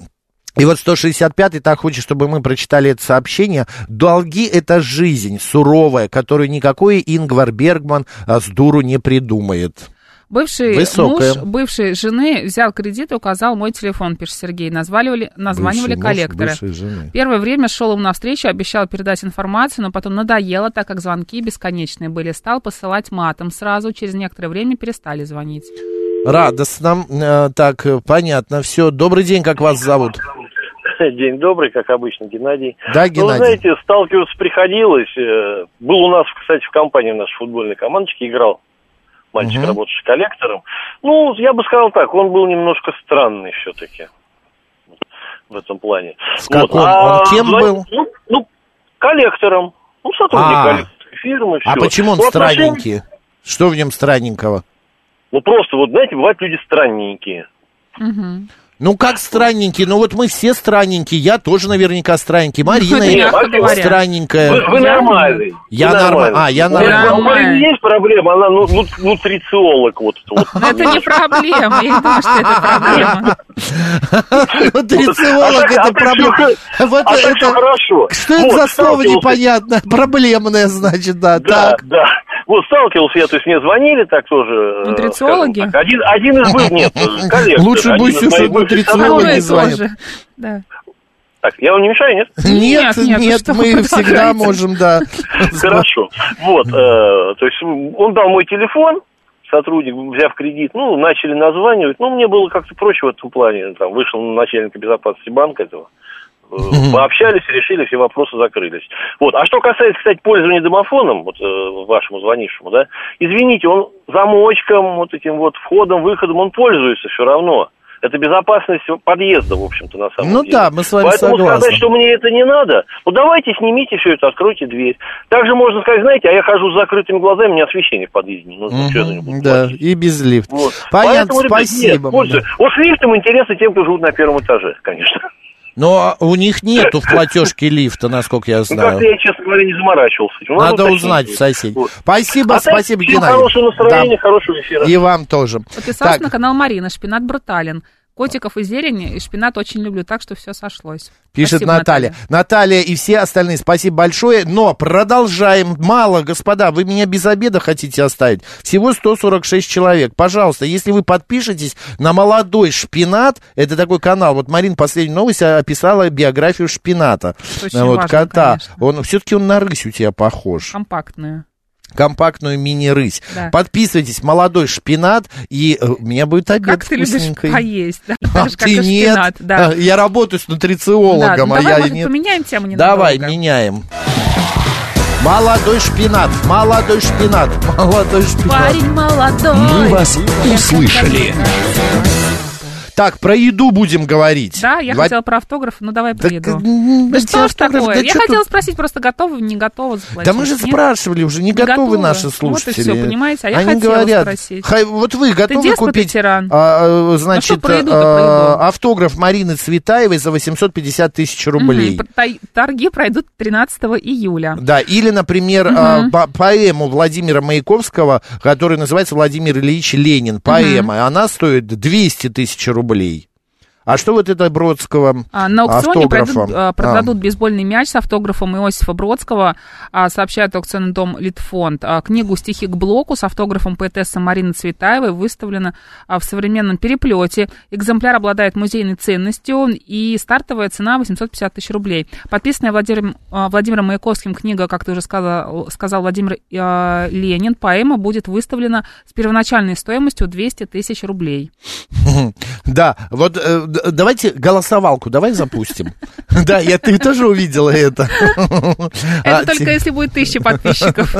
[SPEAKER 1] и вот 165-й так хочет, чтобы мы прочитали это сообщение. Долги – это жизнь суровая, которую никакой Ингвар Бергман а, с дуру не придумает.
[SPEAKER 2] Бывший
[SPEAKER 1] Высокая.
[SPEAKER 2] муж бывшей жены взял кредит и указал мой телефон, пишет Сергей. Названивали, названивали
[SPEAKER 1] Бывший муж
[SPEAKER 2] коллекторы.
[SPEAKER 1] бывшей жены.
[SPEAKER 2] Первое время шел им навстречу, обещал передать информацию, но потом надоело, так как звонки бесконечные были. Стал посылать матом сразу, через некоторое время перестали звонить.
[SPEAKER 1] Радостно. Э, Так, э, понятно. Все. Добрый день, как вас зовут?
[SPEAKER 5] День добрый, как обычно, Геннадий.
[SPEAKER 1] Да,
[SPEAKER 5] Ну, вы
[SPEAKER 1] Геннадий?
[SPEAKER 5] знаете, сталкиваться приходилось. Э, Был у нас, кстати, в компании в нашей футбольной командочке играл мальчик,
[SPEAKER 8] Мгм.
[SPEAKER 5] работавший коллектором. Ну, я бы сказал так, он был немножко странный все-таки в этом плане.
[SPEAKER 1] В каком? Он кем
[SPEAKER 5] звон-
[SPEAKER 1] был?
[SPEAKER 5] Ну, ну, коллектором. Ну, сотрудник
[SPEAKER 1] А.
[SPEAKER 5] коллекторской фирмы.
[SPEAKER 1] А
[SPEAKER 5] всё.
[SPEAKER 1] почему он
[SPEAKER 5] Ну, отношения-
[SPEAKER 1] странненький? Что в нем странненького?
[SPEAKER 5] Ну, просто, вот, знаете, бывают люди странненькие.
[SPEAKER 1] Ну как странненький? Ну вот мы все странненькие. Я тоже наверняка странненький. Марина
[SPEAKER 5] это Ну, мягко говоря.
[SPEAKER 1] странненькая.
[SPEAKER 5] Вы, вы нормальный.
[SPEAKER 1] Э, Я
[SPEAKER 5] Вы
[SPEAKER 1] норма- а, я
[SPEAKER 5] У меня- У
[SPEAKER 1] нормальный.
[SPEAKER 5] Марии есть проблема, она ну, ну, нутрициолог вот. это
[SPEAKER 1] А
[SPEAKER 5] вот.
[SPEAKER 2] Но это не проблема, я не думаю, что это проблема.
[SPEAKER 5] А
[SPEAKER 1] Нутрициолог
[SPEAKER 5] так- а
[SPEAKER 1] это
[SPEAKER 5] так
[SPEAKER 1] проблема.
[SPEAKER 5] всё-
[SPEAKER 1] Вот
[SPEAKER 5] а так
[SPEAKER 1] это-
[SPEAKER 5] всё хорошо.
[SPEAKER 1] Что это
[SPEAKER 5] Вот,
[SPEAKER 1] за слово
[SPEAKER 5] сталкивался.
[SPEAKER 1] непонятно? Проблемное, значит, да.
[SPEAKER 5] Да,
[SPEAKER 1] Так.
[SPEAKER 5] да. Вот сталкивался я, то есть мне звонили так тоже. э,
[SPEAKER 2] Нутрициологи?
[SPEAKER 5] скажем так. Один, один из бывших, нет, коллектор.
[SPEAKER 1] Лучше
[SPEAKER 5] Один
[SPEAKER 1] пусть
[SPEAKER 5] из
[SPEAKER 1] уж
[SPEAKER 5] моих бывших
[SPEAKER 1] нутрициологи
[SPEAKER 5] сотрудников.
[SPEAKER 1] звонят.
[SPEAKER 2] Тоже, да.
[SPEAKER 5] Так, я вам не мешаю, нет?
[SPEAKER 1] Нет,
[SPEAKER 5] Нет, нет, вы
[SPEAKER 1] нет,
[SPEAKER 5] что,
[SPEAKER 1] мы
[SPEAKER 5] продолжайте.
[SPEAKER 1] всегда можем, да.
[SPEAKER 5] Хорошо. Вот, э, то есть он дал мой телефон, сотрудник, взяв кредит, ну, начали названивать. Ну, мне было как-то проще в этом плане. Там вышел на начальника безопасности банка этого. Э, Пообщались, решили, все вопросы закрылись. Вот. А что касается, кстати, пользования домофоном, вот э, вашему звонившему, да, извините, он замочком, вот этим вот входом, выходом, он пользуется все равно. Это безопасность подъезда, в общем-то, на самом
[SPEAKER 1] Ну
[SPEAKER 5] деле.
[SPEAKER 1] да, мы с вами
[SPEAKER 5] Поэтому
[SPEAKER 1] согласны.
[SPEAKER 5] сказать, что мне это не надо, ну давайте снимите все это, откройте дверь. Также можно сказать, знаете, а я хожу с закрытыми глазами, у меня освещение в подъезде. ну, не нужно.
[SPEAKER 1] Мгм, Да, и без лифта.
[SPEAKER 5] Вот.
[SPEAKER 1] Понятно,
[SPEAKER 5] Поэтому, ребят, нет,
[SPEAKER 1] спасибо.
[SPEAKER 5] пользуйтесь. Вот с лифтом интересно тем, кто живут на первом этаже, конечно.
[SPEAKER 1] Но у них нету в платежке лифта, насколько я
[SPEAKER 5] Ну, как-то
[SPEAKER 1] знаю.
[SPEAKER 5] я, честно говоря, не заморачивался. Ну, надо
[SPEAKER 1] Надо
[SPEAKER 5] уточнить.
[SPEAKER 1] узнать у соседей. Спасибо,
[SPEAKER 5] А так,
[SPEAKER 1] спасибо,
[SPEAKER 5] всем
[SPEAKER 1] Геннадий.
[SPEAKER 5] хорошего настроения,
[SPEAKER 1] Да.
[SPEAKER 5] хорошего эфира.
[SPEAKER 1] И вам тоже.
[SPEAKER 2] Подписался
[SPEAKER 1] Так.
[SPEAKER 2] на канал Марина. Шпинат брутален. Котиков и зелень, и шпинат очень люблю, так что все сошлось.
[SPEAKER 1] Пишет
[SPEAKER 2] Спасибо,
[SPEAKER 1] Наталья. Наталья. и все остальные, спасибо большое. Но продолжаем. Мало, господа, вы меня без обеда хотите оставить. Всего 146 человек. Пожалуйста, если вы подпишетесь на «Молодой шпинат», это такой канал. Вот Марин последнюю новость описала биографию шпината.
[SPEAKER 2] Это очень
[SPEAKER 1] вот
[SPEAKER 2] важно,
[SPEAKER 1] кота. Он все-таки он на рысь у тебя похож.
[SPEAKER 2] Компактную.
[SPEAKER 1] компактную мини-рысь.
[SPEAKER 2] А. Да.
[SPEAKER 1] Подписывайтесь, молодой шпинат, и э, у меня будет обед
[SPEAKER 2] Как ты любишь
[SPEAKER 1] вкусненький.
[SPEAKER 2] поесть, да?
[SPEAKER 1] А
[SPEAKER 2] Так же, как
[SPEAKER 1] ты
[SPEAKER 2] и
[SPEAKER 1] нет.
[SPEAKER 2] шпинат, да.
[SPEAKER 1] А, Я работаю с
[SPEAKER 2] Да,
[SPEAKER 1] нутрициологом,
[SPEAKER 2] ну
[SPEAKER 1] а
[SPEAKER 2] давай,
[SPEAKER 1] я
[SPEAKER 2] может,
[SPEAKER 1] не...
[SPEAKER 2] поменяем тему ненадолго.
[SPEAKER 1] Давай, меняем. Молодой шпинат, молодой шпинат, молодой шпинат.
[SPEAKER 2] Парень молодой.
[SPEAKER 1] Мы вас
[SPEAKER 3] услышали.
[SPEAKER 1] Так, про еду будем говорить.
[SPEAKER 2] Да, я
[SPEAKER 1] Во-
[SPEAKER 2] хотела про автограф, ну давай
[SPEAKER 1] Так,
[SPEAKER 2] приеду.
[SPEAKER 1] м,
[SPEAKER 2] Да что ж
[SPEAKER 1] автограф,
[SPEAKER 2] такое?
[SPEAKER 1] да
[SPEAKER 2] я
[SPEAKER 1] чё
[SPEAKER 2] хотела
[SPEAKER 1] тут?
[SPEAKER 2] спросить, просто готовы, не готовы заплатить?
[SPEAKER 1] Да мы же
[SPEAKER 2] нет? Ну,
[SPEAKER 1] спрашивали уже, не
[SPEAKER 2] готовы.
[SPEAKER 1] готовы наши
[SPEAKER 2] Вот и
[SPEAKER 1] слушатели.
[SPEAKER 2] всё, понимаете, а я
[SPEAKER 1] Они
[SPEAKER 2] хотела
[SPEAKER 1] говорят,
[SPEAKER 2] спросить.
[SPEAKER 1] «Хай- вот вы готовы
[SPEAKER 2] деспот и
[SPEAKER 1] купить
[SPEAKER 2] тиран. Ну,
[SPEAKER 1] а, э, значит,
[SPEAKER 2] про еду-то,
[SPEAKER 1] а,
[SPEAKER 2] про еду?
[SPEAKER 1] автограф Марины Цветаевой за 850 тысяч рублей.
[SPEAKER 2] Мгм, тай- Торги пройдут 13 июля.
[SPEAKER 1] Да, или, например, а, по- поэму Владимира Маяковского, которая называется «Владимир Ильич Ленин». Поэма, она стоит 200 тысяч рублей. А что вот это Бродского
[SPEAKER 2] А, На аукционе
[SPEAKER 1] автографа?
[SPEAKER 2] пройдут, а,
[SPEAKER 1] А.
[SPEAKER 2] продадут бейсбольный мяч с автографом Иосифа Бродского, а, сообщает аукционный дом Литфонд. А, Книгу «Стихи к блоку» с автографом поэтессы Марины Цветаевой выставлена а, в современном переплете. Экземпляр обладает музейной ценностью и стартовая цена 850 тысяч рублей. Подписанная Владимиром, а, Владимиром Маяковским книга, как ты уже сказал, сказал Владимир э, Ленин, поэма будет выставлена с первоначальной стоимостью 200 тысяч рублей.
[SPEAKER 1] Да, вот э, д- давайте голосовалку, давай запустим. Да, я ты тоже увидела это.
[SPEAKER 2] Это
[SPEAKER 1] А,
[SPEAKER 2] только
[SPEAKER 1] те-
[SPEAKER 2] если будет тысяча подписчиков.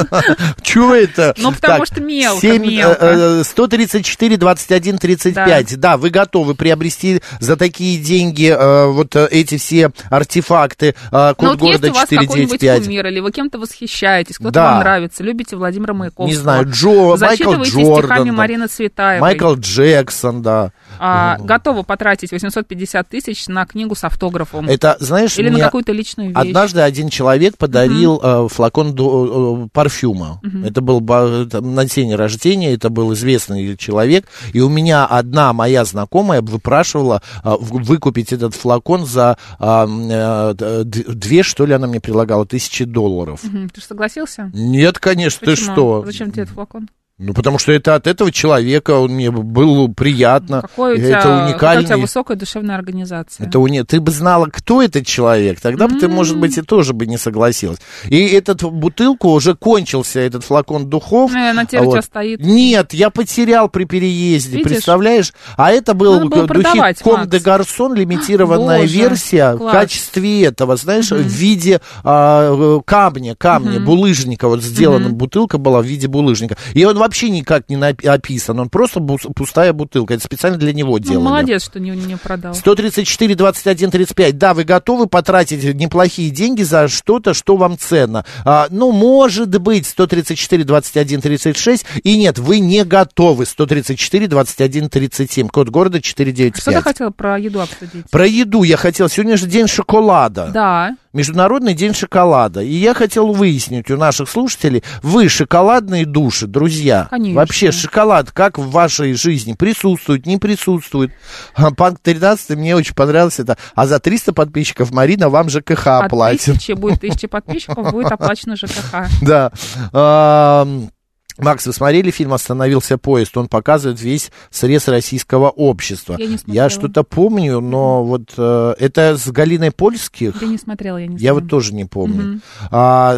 [SPEAKER 1] Чего это?
[SPEAKER 2] Ну, потому что мелко,
[SPEAKER 1] семь, э,
[SPEAKER 2] мелко.
[SPEAKER 1] э, 134, 21, 35. Да, вы готовы приобрести за такие деньги э, вот э, эти все артефакты. э,
[SPEAKER 2] Ну
[SPEAKER 1] Код
[SPEAKER 2] вот есть
[SPEAKER 1] города
[SPEAKER 2] у вас какой-нибудь
[SPEAKER 1] 495.
[SPEAKER 2] кумир, или вы кем-то восхищаетесь, кто-то
[SPEAKER 1] Да.
[SPEAKER 2] вам нравится, любите Владимира Маяковского.
[SPEAKER 1] Не знаю, Джо, Майкл
[SPEAKER 2] Зачитываетесь
[SPEAKER 1] Джордан.
[SPEAKER 2] стихами
[SPEAKER 1] там,
[SPEAKER 2] Марины Цветаевой.
[SPEAKER 1] Майкл Джексон, да.
[SPEAKER 2] А, готова потратить 850 тысяч на книгу с автографом.
[SPEAKER 1] Это, знаешь,
[SPEAKER 2] Или
[SPEAKER 1] мне
[SPEAKER 2] на какую-то личную вещь.
[SPEAKER 1] Однажды один человек подарил э, флакон ду- э, парфюма.
[SPEAKER 2] Мгм.
[SPEAKER 1] Это был ба- э, там, на день рождения, это был известный человек. И у меня одна моя знакомая выпрашивала э, в- выкупить этот флакон за а, м, э, д- д- две, что ли, она мне предлагала, тысячи долларов.
[SPEAKER 2] Мгм, Ты же согласился?
[SPEAKER 1] Нет, конечно, ты
[SPEAKER 2] Почему?
[SPEAKER 1] что?
[SPEAKER 2] Зачем тебе этот флакон?
[SPEAKER 1] Ну, потому что это от этого человека, он мне было приятно.
[SPEAKER 2] Какой у тебя,
[SPEAKER 1] это
[SPEAKER 2] какая
[SPEAKER 1] уникальный.
[SPEAKER 2] у тебя высокая душевная организация.
[SPEAKER 1] Это у нее. Ты бы знала, кто этот человек, тогда бы ты, может быть, и тоже бы не согласилась. И этот бутылку уже кончился, этот флакон духов.
[SPEAKER 2] Э, она теперь у тебя стоит.
[SPEAKER 1] Нет, я потерял при переезде,
[SPEAKER 2] Видишь?
[SPEAKER 1] представляешь? А это был
[SPEAKER 2] Надо было
[SPEAKER 1] духи
[SPEAKER 2] продавать,
[SPEAKER 1] Ком
[SPEAKER 2] Макс.
[SPEAKER 1] де Гарсон, лимитированная
[SPEAKER 2] Боже,
[SPEAKER 1] версия в
[SPEAKER 2] класс.
[SPEAKER 1] качестве этого, знаешь, в виде а, э, камня, камня, булыжника, вот сделана бутылка была в виде булыжника. И он вообще никак не напи- описан, он просто бус- пустая бутылка, это специально для него
[SPEAKER 2] Ну,
[SPEAKER 1] делали.
[SPEAKER 2] молодец, что не, не продал.
[SPEAKER 1] 134, 21, 35. Да, вы готовы потратить неплохие деньги за что-то, что вам ценно. А, ну, может быть, 134, 21, 36. И нет, вы не готовы. 134, 21, 37. Код города
[SPEAKER 2] Что ты
[SPEAKER 1] 495.
[SPEAKER 2] хотела про еду обсудить?
[SPEAKER 1] Про еду я хотел. Сегодня же день шоколада.
[SPEAKER 2] Да.
[SPEAKER 1] Международный день шоколада. И я хотел выяснить у наших слушателей, вы шоколадные души, друзья.
[SPEAKER 2] Конечно.
[SPEAKER 1] Вообще шоколад как в вашей жизни присутствует, не присутствует. А, Панк 13 мне очень понравилось это. А за 300 подписчиков Марина вам ЖКХ
[SPEAKER 2] От
[SPEAKER 1] платит.
[SPEAKER 2] тысячи будет тысячи подписчиков, будет оплачено ЖКХ.
[SPEAKER 1] Да. Ам, Макс, вы смотрели фильм «Остановился поезд»? Он показывает весь срез российского общества.
[SPEAKER 2] Я не смотрела.
[SPEAKER 1] Я что-то помню, но вот э, это с Галиной Польских.
[SPEAKER 2] Я не смотрела, я не
[SPEAKER 1] Я вот тоже не помню. А,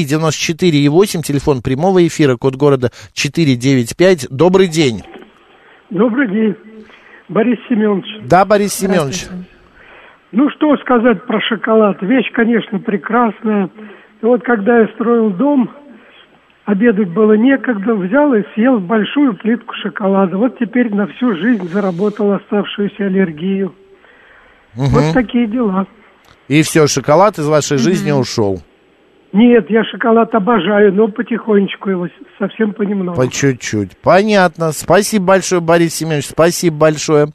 [SPEAKER 1] 7373948, телефон прямого эфира, код города 495. Добрый день.
[SPEAKER 9] Добрый день, Борис Семенович.
[SPEAKER 1] Да, Борис Семенович.
[SPEAKER 9] Ну, что сказать про шоколад? Вещь, конечно, прекрасная. И вот когда я строил дом, обедать было некогда, взял и съел большую плитку шоколада. Вот теперь на всю жизнь заработал оставшуюся аллергию. Вот
[SPEAKER 1] Мгм.
[SPEAKER 9] такие дела.
[SPEAKER 1] И все, шоколад из вашей жизни ушел.
[SPEAKER 9] Нет, я шоколад обожаю, но потихонечку его с- совсем понемногу.
[SPEAKER 1] По чуть-чуть. Понятно. Спасибо большое, Борис Семенович. Спасибо большое.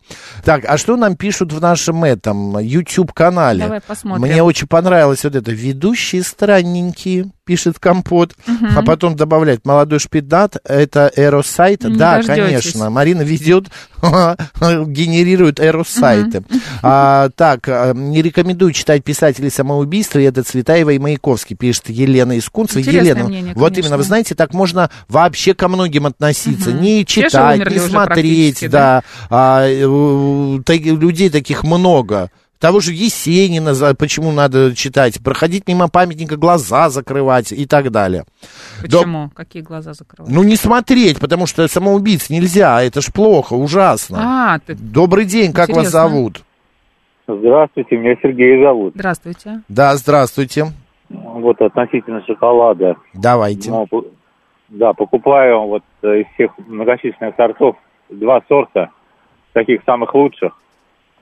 [SPEAKER 1] Так, а что нам пишут в нашем этом YouTube-канале?
[SPEAKER 2] Давай посмотрим.
[SPEAKER 1] Мне очень понравилось вот это. Ведущие странненькие, пишет Компот.
[SPEAKER 2] Мгм.
[SPEAKER 1] А потом добавляет, молодой шпидат, это эросайт.
[SPEAKER 2] Не
[SPEAKER 1] да,
[SPEAKER 2] дождётесь.
[SPEAKER 1] конечно. Марина ведет, генерирует эросайты. А, так, а, не рекомендую читать писателей самоубийства. и Это Цветаева и Маяковский, пишет Елена из Кунцева.
[SPEAKER 2] Интересное
[SPEAKER 1] Елена,
[SPEAKER 2] мнение,
[SPEAKER 1] вот
[SPEAKER 2] конечно.
[SPEAKER 1] именно, вы знаете, так можно вообще ко многим относиться. Не
[SPEAKER 2] Те же
[SPEAKER 1] читать,
[SPEAKER 2] умерли
[SPEAKER 1] не
[SPEAKER 2] уже
[SPEAKER 1] смотреть,
[SPEAKER 2] практически,
[SPEAKER 1] да. А, э, у- таки- людей таких много. Того же Есенина, за- почему надо читать, проходить мимо памятника, глаза закрывать и так далее. Да,
[SPEAKER 2] Почему? Какие глаза закрывают?
[SPEAKER 1] ну, не смотреть, потому что самоубийц нельзя, это ж плохо, ужасно.
[SPEAKER 2] А, ты...
[SPEAKER 1] Добрый день, как вас
[SPEAKER 2] Интересно.
[SPEAKER 1] зовут?
[SPEAKER 4] Здравствуйте, меня Сергей зовут.
[SPEAKER 2] Здравствуйте.
[SPEAKER 1] Да, здравствуйте.
[SPEAKER 4] Вот относительно шоколада.
[SPEAKER 1] Давайте.
[SPEAKER 4] Ну, п- да, покупаю вот э, из всех многочисленных сортов два сорта, таких самых лучших.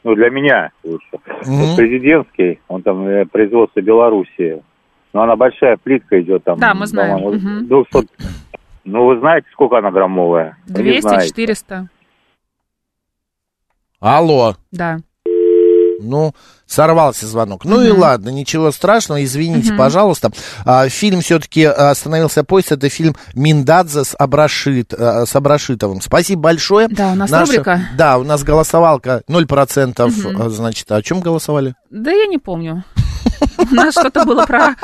[SPEAKER 4] Ну, для меня лучших. Вот президентский, он там э, производство Белоруссии. Но она большая плитка идет там.
[SPEAKER 2] Да, мы знаем.
[SPEAKER 4] по-моему,
[SPEAKER 2] Мгм.
[SPEAKER 4] 200. Ну, вы знаете, сколько она граммовая? Вы не знаете.
[SPEAKER 2] 200-400.
[SPEAKER 1] Алло.
[SPEAKER 2] Да.
[SPEAKER 1] Ну, сорвался звонок. Ну и
[SPEAKER 2] Мгм.
[SPEAKER 1] ладно, ничего страшного, извините,
[SPEAKER 2] Мгм.
[SPEAKER 1] пожалуйста. А, фильм все-таки «Остановился поезд», это фильм Миндадзе с, Абрашит, а, с Абрашитовым. Спасибо большое.
[SPEAKER 2] Да, у нас рубрика.
[SPEAKER 1] Да, у нас голосовалка 0%.
[SPEAKER 2] Мгм.
[SPEAKER 1] а, Значит, о чем голосовали?
[SPEAKER 2] Да я не помню. У нас что-то было про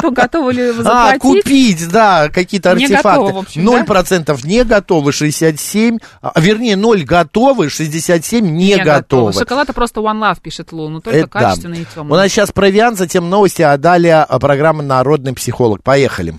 [SPEAKER 2] то, готовы ли вы
[SPEAKER 1] А,
[SPEAKER 2] заплатить.
[SPEAKER 1] купить, да, какие-то
[SPEAKER 2] Не
[SPEAKER 1] артефакты.
[SPEAKER 2] готово, в общем, да?
[SPEAKER 1] 0% не готовы, 67, а, вернее, 0 готовы, 67 не, готовы.
[SPEAKER 2] Шоколад это просто One Love, пишет Лу, но только
[SPEAKER 1] Это Э, да.
[SPEAKER 2] качественный и темный.
[SPEAKER 1] У нас сейчас провиант, затем новости, а далее а, программа «Народный психолог». Поехали.